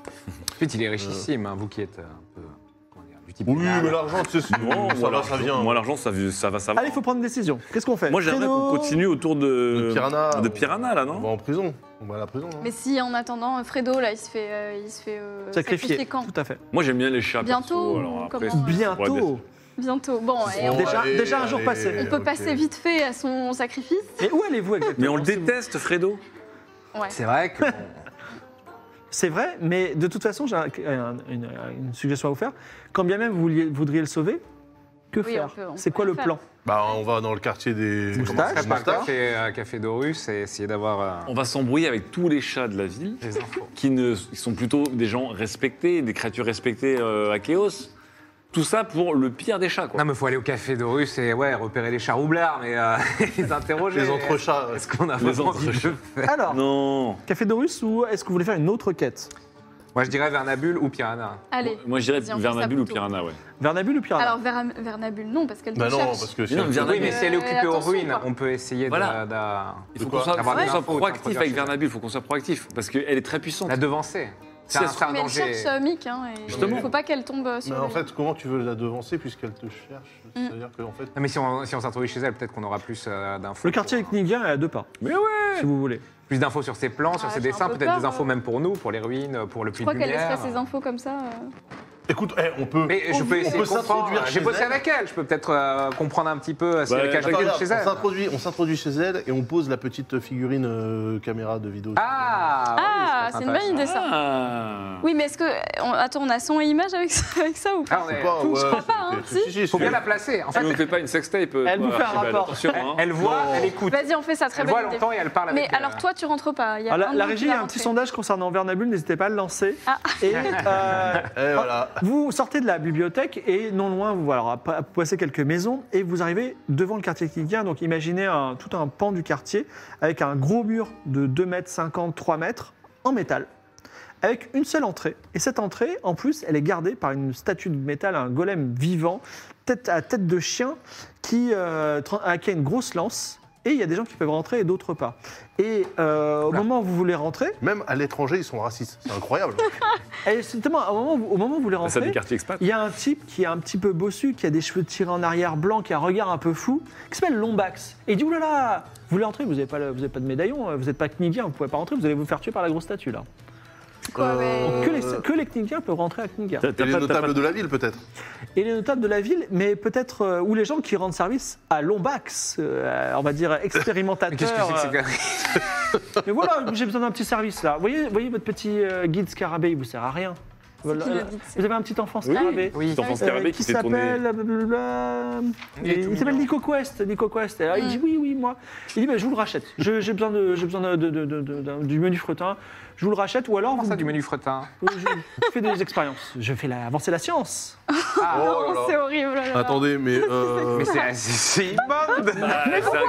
Speaker 3: Ensuite, il est richissime, hein, vous qui êtes euh, un peu. comment dire, du type.
Speaker 5: Oui,
Speaker 3: pénal.
Speaker 5: mais l'argent, tu sais, c'est-
Speaker 2: Non,
Speaker 5: ça va,
Speaker 2: l'argent-
Speaker 5: ça vient.
Speaker 2: Moi, l'argent, ça, ça va, ça va.
Speaker 1: Allez, il faut prendre une décision. Qu'est-ce qu'on fait
Speaker 2: Moi, j'aimerais
Speaker 1: Fredo
Speaker 2: qu'on continue autour de,
Speaker 3: Euh,
Speaker 5: De Piranha.
Speaker 2: de Piranha, là,
Speaker 5: On va
Speaker 2: non
Speaker 5: en prison. On va à la prison. hein. non
Speaker 4: Mais si, en attendant, euh, Fredo, là, il se fait, euh, il se fait euh,
Speaker 1: Sacrifier.
Speaker 4: quand
Speaker 1: Tout à fait.
Speaker 2: Moi, j'aime bien les chats.
Speaker 4: Bientôt,
Speaker 2: perso, alors après,
Speaker 4: comment-
Speaker 2: c'est-
Speaker 1: Bientôt.
Speaker 4: Bientôt. Bon, et
Speaker 5: Bon,
Speaker 4: on,
Speaker 1: Déjà- déjà un jour passé.
Speaker 4: on peut
Speaker 5: euh, ok.
Speaker 4: passer vite fait à son sacrifice.
Speaker 1: Mais où allez-vous exactement
Speaker 2: Mais on le déteste, Fredo.
Speaker 3: Ah,
Speaker 4: Ouais.
Speaker 3: C'est vrai que. bon,
Speaker 1: C'est vrai, mais de toute façon, j'ai un- un- une, une suggestion à vous faire. Quand bien même vous vouliez- voudriez le sauver, que
Speaker 4: Oui, on
Speaker 1: faire
Speaker 4: peut- on
Speaker 1: C'est
Speaker 4: peut
Speaker 1: quoi
Speaker 4: le
Speaker 1: le
Speaker 4: faire.
Speaker 1: plan
Speaker 5: Bah, on va dans le quartier des.
Speaker 1: Moustaches.
Speaker 5: Comment ça
Speaker 3: Très
Speaker 5: s'appelle
Speaker 3: pas le
Speaker 5: Moustaches
Speaker 3: café, euh, café Dorus et essayer d'avoir euh,
Speaker 2: On va s'embrouiller avec tous les chats de la ville
Speaker 3: des infos.
Speaker 2: qui, ne, qui sont plutôt des gens respectés, des créatures respectées euh, à Chaos. Tout ça pour le pire des chats, quoi.
Speaker 3: Non, mais faut aller au café Dorus et ouais, repérer les chats roublards, mais euh, les interroger.
Speaker 5: Les entrechats.
Speaker 3: Est-ce qu'on a vraiment envie de
Speaker 2: entrechats.
Speaker 3: le faire
Speaker 1: Alors,
Speaker 2: Non.
Speaker 1: Café Dorus, ou est-ce que vous voulez faire une autre quête
Speaker 3: Moi, je dirais Vernabule ou Piranha.
Speaker 4: Allez.
Speaker 2: Moi, je
Speaker 4: vas-y, on
Speaker 2: dirais
Speaker 4: fait
Speaker 2: Vernabule
Speaker 4: ça
Speaker 2: ou
Speaker 4: plutôt.
Speaker 2: Piranha, ouais.
Speaker 1: Vernabule ou Piranha
Speaker 4: Alors, Vera- Vernabule, non, parce qu'elle te
Speaker 5: Bah non,
Speaker 4: cherche.
Speaker 5: parce que
Speaker 2: Mais
Speaker 5: c'est.
Speaker 2: non, Vernabule.
Speaker 3: Oui, mais si elle est occupée
Speaker 4: Euh,
Speaker 3: aux
Speaker 4: attention,
Speaker 3: ruines,
Speaker 4: quoi.
Speaker 3: on peut essayer de-
Speaker 2: Voilà.
Speaker 3: d'a-
Speaker 2: Il faut
Speaker 5: De quoi
Speaker 2: qu'on soit,
Speaker 3: D'avoir
Speaker 2: faut qu'on
Speaker 3: des
Speaker 2: soit
Speaker 3: infos,
Speaker 2: proactif
Speaker 3: d'introduire
Speaker 2: avec
Speaker 3: chez elle.
Speaker 2: Vernabule, il faut qu'on soit proactif, parce qu'elle est très puissante.
Speaker 3: la devancer.
Speaker 2: Si
Speaker 3: C'est un,
Speaker 2: elle se
Speaker 3: c'est un
Speaker 4: Mais elle
Speaker 3: danger.
Speaker 4: cherche euh, Mick, hein, et-
Speaker 2: Justement.
Speaker 4: faut pas qu'elle tombe euh, sur
Speaker 5: Mais en
Speaker 4: lui.
Speaker 5: fait, comment tu veux la devancer puisqu'elle te cherche
Speaker 4: Mm.
Speaker 5: C'est-à-dire qu'en fait.
Speaker 3: Non, mais si on si on s'introduit chez elle, peut-être qu'on aura plus euh, d'infos.
Speaker 1: Le quartier Knivien est à deux pas,
Speaker 2: Mais ouais
Speaker 1: si vous voulez.
Speaker 3: Plus d'infos sur ses plans, sur
Speaker 4: Ah,
Speaker 3: ses
Speaker 4: j'ai un
Speaker 3: dessins,
Speaker 4: peu
Speaker 3: peut-être
Speaker 4: peur,
Speaker 3: des infos
Speaker 4: euh.
Speaker 3: même pour nous, pour les ruines, pour le
Speaker 4: Je
Speaker 3: puits de
Speaker 4: crois qu'elle
Speaker 3: lumière.
Speaker 4: laisserait ses infos comme ça. euh.
Speaker 5: Écoute, eh, on peut.
Speaker 3: Mais je
Speaker 5: on
Speaker 3: peux
Speaker 5: peut
Speaker 3: essayer de comprendre.
Speaker 5: s'introduire
Speaker 3: J'ai
Speaker 5: chez
Speaker 3: bossé
Speaker 5: elle.
Speaker 3: avec elle, je peux peut-être euh, comprendre un petit peu euh, si
Speaker 2: Bah,
Speaker 3: elle
Speaker 2: t'inquiète,
Speaker 3: cache quelque
Speaker 5: Voilà,
Speaker 3: chose chez elle.
Speaker 5: on s'introduit- on s'introduit chez elle et on pose la petite figurine euh, caméra de vidéo.
Speaker 3: Ah,
Speaker 4: Ah,
Speaker 3: oui, ça serait
Speaker 4: c'est une bonne idée ça.
Speaker 2: Ah.
Speaker 4: Oui, mais est-ce que. on- Attends, on a son et image avec ça, avec ça ou pas
Speaker 3: Ah, on
Speaker 5: C'est
Speaker 3: est-
Speaker 5: pas,
Speaker 4: tout,
Speaker 5: ouais,
Speaker 4: je crois
Speaker 5: c'est-
Speaker 4: pas, hein,
Speaker 5: si,
Speaker 4: si.
Speaker 5: si,
Speaker 3: Faut
Speaker 5: c'est-
Speaker 3: bien la placer. En fait,
Speaker 2: Elle nous fait pas une sextape. euh,
Speaker 1: Elle
Speaker 2: toi,
Speaker 1: vous fait un
Speaker 2: Archibald,
Speaker 1: rapport.
Speaker 2: Attention, hein.
Speaker 3: elle voit, elle écoute.
Speaker 4: Vas-y, on fait ça, très
Speaker 3: Elle
Speaker 4: bonne
Speaker 3: voit
Speaker 4: idée.
Speaker 3: longtemps et elle parle
Speaker 4: Mais
Speaker 3: avec, euh,
Speaker 4: alors, toi, tu rentres pas. il y a
Speaker 1: Ah, la,
Speaker 4: un
Speaker 1: la
Speaker 4: de nous qui
Speaker 1: régie
Speaker 4: va
Speaker 1: a un
Speaker 4: rentrer.
Speaker 1: petit sondage concernant Vernabule, n'hésitez pas à le lancer.
Speaker 4: Ah.
Speaker 1: Et euh,
Speaker 5: Eh, voilà.
Speaker 1: vous sortez de la bibliothèque et non loin, vous alors, pa- passez quelques maisons et vous arrivez devant le quartier Knivien. Donc imaginez un- tout un pan du quartier avec un gros mur de 2 mètres 50, 3 mètres en métal. Avec une seule entrée. Et cette entrée, en plus, elle est gardée par une statue de métal, un golem vivant, tête à tête de chien, qui, euh, tra- ah, qui a une grosse lance. Et il y a des gens qui peuvent rentrer et d'autres pas. Et euh, au moment où vous voulez rentrer,
Speaker 5: Même à l'étranger, ils sont racistes. C'est incroyable.
Speaker 1: et justement, au moment où, au moment où vous voulez
Speaker 2: La salle
Speaker 1: rentrer,
Speaker 2: des quartiers expats.
Speaker 1: il y a un type qui est un petit peu bossu, qui a des cheveux tirés en arrière blanc, qui a un regard un peu fou, qui s'appelle Lombax. Et il dit Oulala, vous voulez entrer, vous n'avez pas, le- vous avez pas de médaillon, euh, vous n'êtes pas Knigien, vous pouvez pas rentrer, vous allez vous faire tuer par la grosse statue là.
Speaker 4: Quoi, mais-
Speaker 3: Oh.
Speaker 1: Que les, que les Knigiens peuvent rentrer à Knigia.
Speaker 2: T'as- t'as
Speaker 5: Et les
Speaker 2: pas- t'as pas-
Speaker 5: notables de la ville, peut-être.
Speaker 1: Et les notables de la ville, mais peut-être, euh, ou les gens qui rendent service à Lombax, euh, on va dire
Speaker 3: Mais
Speaker 1: expérimentateur.
Speaker 3: Qu'est-ce que c'est que
Speaker 1: euh,
Speaker 3: c'est que-
Speaker 1: Mais voilà, j'ai besoin d'un petit service là. Voyez, voyez votre petit euh, guide scarabée, il vous sert à rien. Voilà.
Speaker 4: qui le guide, c'est-
Speaker 1: vous avez un petit enfant
Speaker 2: Oui,
Speaker 1: scarabée.
Speaker 2: oui. Cet enfant
Speaker 4: Euh,
Speaker 2: scarabée qui
Speaker 1: qui
Speaker 2: s'est tourné.
Speaker 1: s'appelle euh, blablabla.
Speaker 3: Il est
Speaker 1: Et
Speaker 3: tout
Speaker 1: Il s'appelle
Speaker 3: mignon.
Speaker 1: Nico Quest. Nico Quest. Et là,
Speaker 3: Mm.
Speaker 1: il dit oui, oui, moi. Il dit ben, je vous le rachète. Je- J'ai besoin de, j'ai besoin de- de- de- de- d'un- du menu fretin. Je vous le rachète ou alors
Speaker 3: Comment
Speaker 1: vous-
Speaker 3: ça, du menu fretin
Speaker 1: Oui, Je, je fais des expériences. Je fais la- avancer la science.
Speaker 4: Oh, c'est horrible. là, là.
Speaker 5: Attendez, mais. euh,
Speaker 3: Mais c'est- c'est
Speaker 4: Bah,
Speaker 3: immonde
Speaker 2: Ah,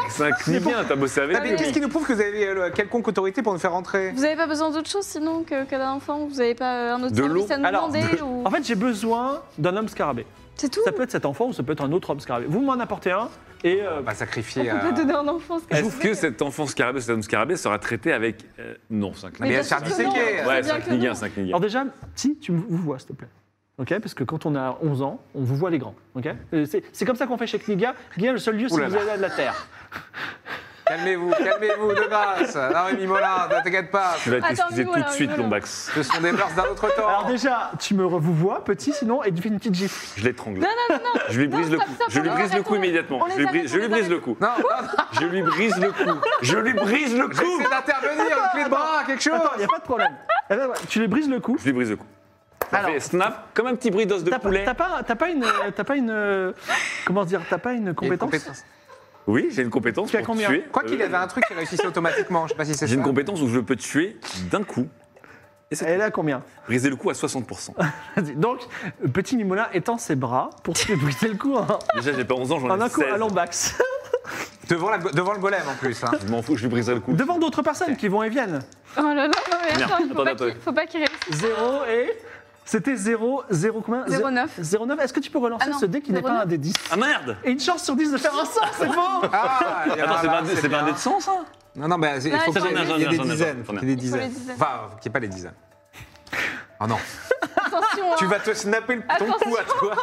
Speaker 2: c'est un- C'est un Knivien, t'as bossé avec
Speaker 3: Ah, mais
Speaker 2: lui.
Speaker 3: Qu'est-ce qui nous prouve que vous avez euh, quelconque autorité pour nous faire rentrer
Speaker 4: Vous avez pas besoin d'autre chose sinon que- qu'un enfant Vous avez pas un autre
Speaker 2: De
Speaker 4: service
Speaker 2: l'eau.
Speaker 4: à nous
Speaker 1: Alors,
Speaker 4: demander
Speaker 1: de-
Speaker 4: ou...
Speaker 1: en fait, j'ai besoin d'un homme scarabée.
Speaker 4: C'est tout
Speaker 1: Ça peut être cet enfant ou ça peut être un autre homme scarabée. Vous m'en apportez un et euh,
Speaker 3: On va sacrifier.
Speaker 4: On peut
Speaker 3: euh,
Speaker 4: pas donner un enfant. ce
Speaker 2: Est-ce que cet enfant scarabée, cet homme scarabée sera traité avec. euh, Non, c'est un Knigien.
Speaker 3: Mais il y a
Speaker 4: bien sûr
Speaker 3: Charlie
Speaker 4: que non,
Speaker 3: Séquet.
Speaker 4: c'est
Speaker 2: Ouais, c'est
Speaker 4: bien
Speaker 2: un
Speaker 4: que
Speaker 2: Knigien,
Speaker 4: non.
Speaker 2: c'est un Knigien.
Speaker 1: Alors déjà, si tu me- vous vois, s'il te plaît. OK Parce que quand on a 11 ans, on vous voit les grands. OK Euh, c'est, c'est comme ça qu'on fait chez Kniga. Kniga, le seul lieu, c'est
Speaker 3: Ouh
Speaker 1: que
Speaker 3: là
Speaker 1: vous allez à de la terre.
Speaker 3: Calmez-vous, calmez-vous, de grâce. Non, mais Mimola, ne t'inquiète pas.
Speaker 2: Tu vas
Speaker 4: Attends,
Speaker 2: t'excuser
Speaker 4: Mimo,
Speaker 2: tout de
Speaker 4: alors,
Speaker 2: suite,
Speaker 4: Mimo, alors.
Speaker 2: Lombax.
Speaker 3: Ce sont des mœurs d'un autre temps.
Speaker 1: Alors déjà, tu me revois vois, petit, sinon, et tu fais une petite gifle.
Speaker 2: Je l'étrangle. Je lui brise le
Speaker 4: stop,
Speaker 2: cou.
Speaker 4: stop,
Speaker 2: Je lui
Speaker 4: on
Speaker 2: brise le
Speaker 4: arrête,
Speaker 2: cou
Speaker 4: on-
Speaker 2: immédiatement.
Speaker 4: on les
Speaker 2: Je lui
Speaker 4: arrête,
Speaker 2: brise- je
Speaker 4: on
Speaker 2: lui
Speaker 4: les
Speaker 2: brise
Speaker 4: arrête.
Speaker 2: le cou.
Speaker 3: non, non, non,
Speaker 2: Je lui brise le cou. Je lui brise le cou.
Speaker 3: j'essaie d'intervenir, une clé de bras, quelque chose.
Speaker 1: Attends, il n'y a pas de problème. Eh ben, ouais, tu lui brises le cou.
Speaker 2: Je lui brise le cou. Ça
Speaker 1: Alors-
Speaker 2: fait snap, comme un petit bruit d'os de
Speaker 1: T'as pas,
Speaker 2: poulet.
Speaker 1: t'as pas, t'as pas une, euh, t'as pas une, euh, comment dire, t'as pas une
Speaker 3: Il y a une
Speaker 1: compétence.
Speaker 3: compétence.
Speaker 2: Oui, j'ai une compétence
Speaker 1: Tu as
Speaker 2: pour
Speaker 1: combien
Speaker 2: tuer.
Speaker 3: Quoi qu'il
Speaker 2: euh,
Speaker 3: avait un truc qui réussissait automatiquement, je sais pas si c'est ça.
Speaker 2: J'ai une compétence où je peux tuer d'un coup. Et c'est
Speaker 1: Elle est à combien
Speaker 2: briser le cou à 60%.
Speaker 1: Vas-y. Donc, petit Mimola étend ses bras pour se briser le cou en,
Speaker 2: Déjà, j'ai pas 11 ans, j'en
Speaker 1: en un
Speaker 2: ai
Speaker 1: coup à
Speaker 2: 16.
Speaker 1: l'ambax.
Speaker 3: Devant, la- devant le golem en plus. hein.
Speaker 2: Je m'en fous, je lui briserai le cou.
Speaker 1: Devant d'autres personnes qui vont et viennent.
Speaker 4: Oh là là, non, mais
Speaker 2: Merde,
Speaker 4: attends, il faut
Speaker 2: attends,
Speaker 4: pas
Speaker 2: attends.
Speaker 4: qu'il- faut pas qu'il réussisse.
Speaker 1: Zéro et... C'était 0, 0 combien Zé-
Speaker 4: 0,9.
Speaker 1: 0,9. Est-ce que tu peux relancer
Speaker 4: Ah non,
Speaker 1: ce dé qui n'est pas
Speaker 4: 0,9.
Speaker 1: un dé 10
Speaker 2: Ah merde
Speaker 1: Et une chance sur 10 de faire un 100, c'est beau
Speaker 3: Ah, il y en a
Speaker 2: Attends, c'est pas
Speaker 3: là,
Speaker 2: un dé- c'est pas un
Speaker 3: bien.
Speaker 2: dé de 100 ça
Speaker 3: Non, non, mais il
Speaker 4: Non,
Speaker 3: faut
Speaker 4: j'en ai
Speaker 3: qu'il y
Speaker 4: un,
Speaker 3: ait-
Speaker 4: j'en
Speaker 2: ai
Speaker 3: il y ait
Speaker 2: un,
Speaker 3: des
Speaker 2: j'en ai un.
Speaker 3: dizaines.
Speaker 2: J'en ai un.
Speaker 3: Il y ait des
Speaker 4: faut les
Speaker 3: dizaines.
Speaker 4: dizaines.
Speaker 3: Enfin, qu'il n'y ait pas les dizaines. Oh non.
Speaker 4: Attention,
Speaker 3: Tu
Speaker 4: hein.
Speaker 3: vas te snapper le- ton
Speaker 4: Attention.
Speaker 3: cou à toi.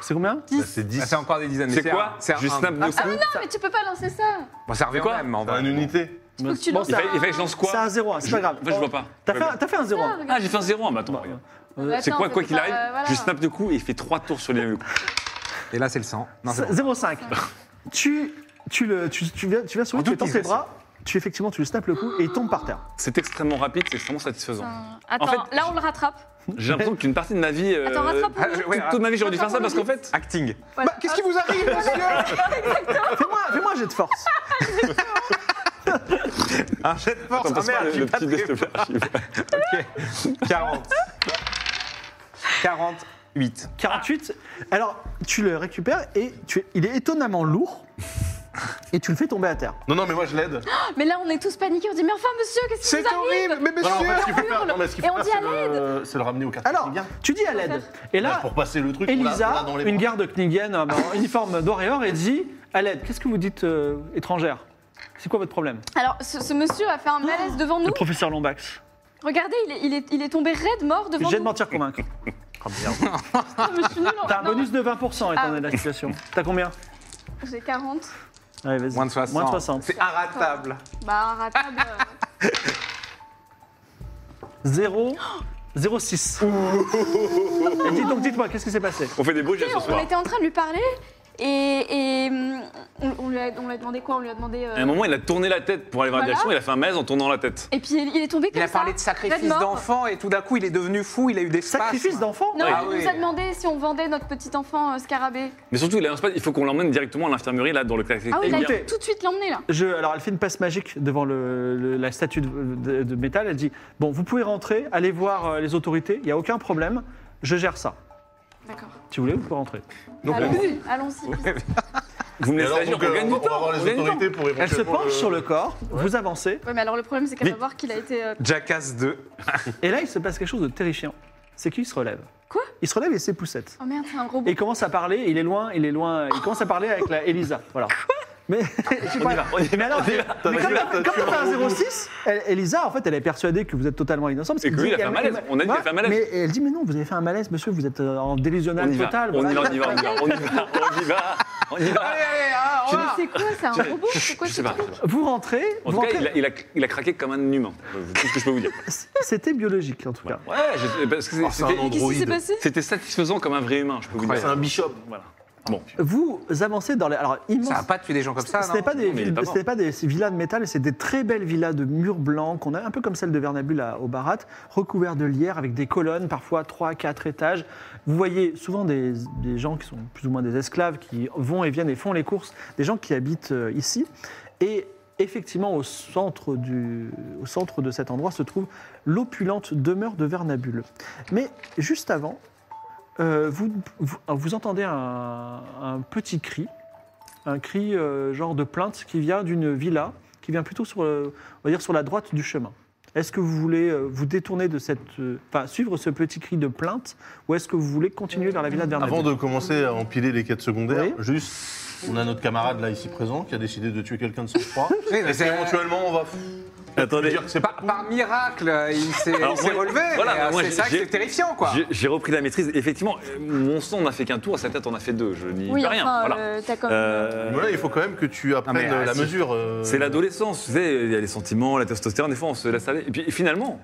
Speaker 1: C'est combien
Speaker 5: bah, C'est 10.
Speaker 3: Ah, C'est encore des dizaines. mais
Speaker 2: C'est quoi
Speaker 3: C'est un.
Speaker 2: Je snap
Speaker 3: un-
Speaker 2: le cou.
Speaker 4: Non, mais tu peux pas lancer ça.
Speaker 3: Bon, ça revient
Speaker 2: C'est quoi
Speaker 3: quand même en
Speaker 5: C'est un
Speaker 3: vrai.
Speaker 5: unité.
Speaker 4: Il faut que tu lances
Speaker 2: Il
Speaker 4: ça.
Speaker 2: fallait- il fallait que je lance quoi
Speaker 1: C'est un 0 c'est
Speaker 2: Je-
Speaker 1: pas grave.
Speaker 2: en fait, je vois pas.
Speaker 1: T'as fait, un- t'as fait un 0
Speaker 2: Ah, j'ai fait un 0 bah attends,
Speaker 1: Bah,
Speaker 2: regarde.
Speaker 4: Bah,
Speaker 2: C'est
Speaker 4: attends,
Speaker 2: quoi, quoi
Speaker 4: c'est
Speaker 2: qu'il
Speaker 4: pas-
Speaker 2: arrive
Speaker 4: euh, voilà.
Speaker 2: Je snap de coup et il fait 3 tours sur les coups.
Speaker 3: Et là, Ah, c'est le sang. Non, c'est bon.
Speaker 1: 0,5. tu, tu, le, tu, tu viens, tu viens sur lui,
Speaker 3: En
Speaker 1: tu
Speaker 3: toute
Speaker 1: étends ses
Speaker 3: digression.
Speaker 1: bras, Tu effectivement, tu le snaps le cou et il tombe par terre.
Speaker 2: C'est extrêmement rapide, c'est extrêmement satisfaisant.
Speaker 4: Putain. Attends,
Speaker 2: fait,
Speaker 4: là on le rattrape.
Speaker 2: J'ai l'impression qu'une partie de ma vie. euh,
Speaker 4: Attends, rattrape-le.
Speaker 2: ah, je- ouais, toute ma vie, j'aurais dû faire ça parce qu'en fait.
Speaker 3: Acting.
Speaker 4: Voilà.
Speaker 3: Bah, Qu'est-ce qui vous arrive, monsieur
Speaker 1: Fais-moi fais-moi un jet de force.
Speaker 3: Un jet de force,
Speaker 2: Attends,
Speaker 3: ah
Speaker 2: passe pas
Speaker 3: merde,
Speaker 2: le-
Speaker 3: j'ai
Speaker 2: le
Speaker 3: pas
Speaker 2: petit
Speaker 3: de
Speaker 2: dé, s'il te plaît, Archie.
Speaker 3: 40. 48.
Speaker 1: 48. Alors, tu le récupères et tu- il est étonnamment lourd et tu le fais tomber à terre.
Speaker 5: Non, non, mais moi je l'aide.
Speaker 4: Mais là on est tous paniqués, on dit mais enfin monsieur, qu'est-ce qui
Speaker 3: C'est
Speaker 4: vous arrive
Speaker 3: horrible, mais
Speaker 5: Non, non, en fait,
Speaker 3: monsieur
Speaker 5: ce qu'il faut faire, non, mais ce qu'il faut
Speaker 4: Et on
Speaker 5: faire,
Speaker 4: dit
Speaker 5: c'est
Speaker 4: à
Speaker 5: le- c'est le ramener au quartier.
Speaker 1: Alors,
Speaker 5: Bien.
Speaker 1: tu dis à l'aide. Et là,
Speaker 5: pour passer le truc, on l'a- on l'a
Speaker 1: Elisa,
Speaker 5: dans les
Speaker 1: une
Speaker 5: bras.
Speaker 1: garde knigienne euh, en uniforme d'or et or, et dit à l'aide, qu'est-ce que vous dites euh, étrangère C'est quoi votre problème
Speaker 4: Alors ce, ce monsieur a fait un
Speaker 3: Ah.
Speaker 4: malaise devant nous.
Speaker 1: Le professeur Lombax.
Speaker 4: Regardez, il est, il est, il est tombé raide mort devant
Speaker 1: J'ai de
Speaker 4: nous.
Speaker 1: mentir convaincre.
Speaker 4: Putain, mais je suis nulle en-
Speaker 1: T'as un
Speaker 4: non,
Speaker 1: bonus de 20% étant
Speaker 4: Ah.
Speaker 1: donné la situation. T'as combien
Speaker 4: J'ai 40.
Speaker 1: Allez, vas-y.
Speaker 3: Moins de 60.
Speaker 1: Moins de 60.
Speaker 3: C'est inratable.
Speaker 4: Bah ratable. euh,
Speaker 1: 0, 06. Et dites donc, dites-moi, qu'est-ce qui s'est passé
Speaker 2: On fait des bruits ce
Speaker 4: on, on
Speaker 2: soir.
Speaker 4: était en train de lui parler et, et, hum, on, on lui a, on lui a demandé quoi On lui a demandé. euh,
Speaker 2: À un moment, il a tourné la tête pour aller voir la
Speaker 4: Voilà.
Speaker 2: direction, il a fait un malaise en tournant la tête.
Speaker 4: Et puis il il est tombé comme
Speaker 3: Il a
Speaker 4: ça.
Speaker 3: parlé de
Speaker 4: raide
Speaker 3: sacrifice
Speaker 4: mort.
Speaker 3: d'enfant et tout d'un coup, il est devenu fou, il a eu des spasmes.
Speaker 1: Sacrifice d'enfant
Speaker 4: Non,
Speaker 3: Ah
Speaker 4: il
Speaker 3: oui.
Speaker 4: nous a demandé si on vendait notre petit enfant euh, scarabée.
Speaker 2: Mais surtout, il, a un spasme, il faut qu'on l'emmène directement à l'infirmerie, là, dans le classique.
Speaker 4: Ah oui, il
Speaker 1: Écoutez.
Speaker 4: a tout de suite l'emmené là.
Speaker 1: Je- alors, elle fait une passe magique devant le- le- la statue de, de- de métal. Elle dit Bon, vous pouvez rentrer, allez voir euh, les autorités, il n'y a aucun problème, je gère ça.
Speaker 4: D'accord.
Speaker 1: Si vous voulez, vous pouvez rentrer.
Speaker 4: Allons-y. Allons-y.
Speaker 2: Vous me
Speaker 5: Et
Speaker 2: laissez
Speaker 5: alors,
Speaker 2: agir,
Speaker 5: donc,
Speaker 2: on
Speaker 5: euh,
Speaker 2: gagne
Speaker 5: on
Speaker 2: du
Speaker 5: va on va
Speaker 2: temps.
Speaker 5: voir
Speaker 2: on
Speaker 5: les
Speaker 2: gagne du
Speaker 5: autorités euh, pour
Speaker 1: Elle se
Speaker 5: éventuellement
Speaker 1: penche sur le corps, vous avancez,
Speaker 4: Ouais, mais alors le problème, c'est qu'elle va voir qu'il a été. euh,
Speaker 3: Jackass 2.
Speaker 1: et là, il se passe quelque chose de terrifiant. C'est qu'il se relève.
Speaker 4: Quoi
Speaker 1: Il se relève et ses poussettes.
Speaker 4: Oh merde, c'est un robot.
Speaker 1: Et il commence à parler, il est loin, il est loin, il commence à parler avec la Elisa. Voilà. Mais, je sais pas. mais alors, mais comme t'as- comme t'as fait un 06, elle- Elisa, en fait, elle est persuadée que vous êtes totalement innocent. Parce
Speaker 2: Et que
Speaker 1: dit-
Speaker 2: lui, il a fait un malaise. On a dit qu'il a fait un malaise.
Speaker 1: Mais elle dit, mais non, vous avez fait un malaise, monsieur, vous êtes euh, en
Speaker 2: On
Speaker 1: délusionnel
Speaker 2: y va,
Speaker 1: total.
Speaker 2: on y va,
Speaker 1: voilà.
Speaker 2: on y va, on y va, on y va, on y va.
Speaker 3: Allez, allez, ah,
Speaker 4: Mais c'est quoi C'est un robot C'est quoi
Speaker 2: Je
Speaker 4: ce
Speaker 2: sais pas.
Speaker 4: truc
Speaker 1: Vous rentrez,
Speaker 2: En
Speaker 1: vous
Speaker 2: tout cas,
Speaker 1: rentrez-
Speaker 2: il a, il a- il a craqué comme un humain. Euh, Tout ce que je peux vous dire.
Speaker 1: c'était biologique en tout cas.
Speaker 2: Ouais, je- parce que c'est-
Speaker 5: Oh, c'est un
Speaker 2: c'était-
Speaker 4: Qu'est-ce qui s'est
Speaker 5: androïde.
Speaker 4: passé
Speaker 2: c'était satisfaisant comme un vrai humain, je peux vous dire.
Speaker 5: C'est un bishop. Ah,
Speaker 2: Voilà. Bon,
Speaker 1: Vous avancez dans les. Alors, immense.
Speaker 3: Ça va pas tuer des gens comme ça,
Speaker 1: Ce n'est
Speaker 3: non
Speaker 1: pas, des,
Speaker 2: mais il est pas
Speaker 1: villes-
Speaker 2: mort.
Speaker 1: ce n'est pas des villas de métal, c'est des très belles villas de murs blancs qu'on a, un peu comme celle de Vernabule à- au Barat, recouvertes de lierre avec des colonnes, parfois 3 quatre étages. Vous voyez souvent des, des gens qui sont plus ou moins des esclaves qui vont et viennent et font les courses, des gens qui habitent euh, ici. Et effectivement, au centre, du, au centre de cet endroit se trouve l'opulente demeure de Vernabule. Mais juste avant, euh, vous, vous, vous entendez un, un petit cri, un cri euh, genre de plainte qui vient d'une villa, qui vient plutôt sur, le- on va dire sur la droite du chemin. Est-ce que vous voulez euh, vous détourner de cette, euh, enfin suivre ce petit cri de plainte, ou est-ce que vous voulez continuer vers la villa de Vernabule
Speaker 5: Avant de commencer à empiler les quêtes secondaires,
Speaker 1: Oui.
Speaker 5: juste, on a notre camarade là ici présent qui a décidé de tuer quelqu'un de son froid.
Speaker 3: Oui, mais
Speaker 5: Est-ce
Speaker 3: c'est-
Speaker 5: qu'éventuellement on va
Speaker 2: Attendez.
Speaker 5: dire que c'est
Speaker 3: Par,
Speaker 5: pas
Speaker 3: par miracle, euh, il s'est
Speaker 2: Alors,
Speaker 3: il s'est
Speaker 2: moi-
Speaker 3: relevé.
Speaker 2: voilà,
Speaker 3: mais,
Speaker 2: mais
Speaker 3: euh,
Speaker 2: moi,
Speaker 3: c'est
Speaker 2: j'ai-
Speaker 3: ça que
Speaker 2: j'ai-
Speaker 3: c'est terrifiant, quoi.
Speaker 2: j'ai- j'ai repris la maîtrise. Effectivement, euh, mon sang n'a fait qu'un tour, sa tête en a fait deux. Je n'y
Speaker 4: Oui,
Speaker 2: peux rien.
Speaker 4: enfin,
Speaker 2: voilà.
Speaker 4: euh, t'as comme.
Speaker 2: Euh,
Speaker 5: Voilà, il faut quand même que tu
Speaker 3: Ah, mais,
Speaker 5: apprennes
Speaker 3: ah,
Speaker 5: la
Speaker 3: si.
Speaker 5: mesure. euh,
Speaker 2: C'est l'adolescence, tu sais, il y a les sentiments, la testostérone, des fois on se laisse aller. Et puis finalement,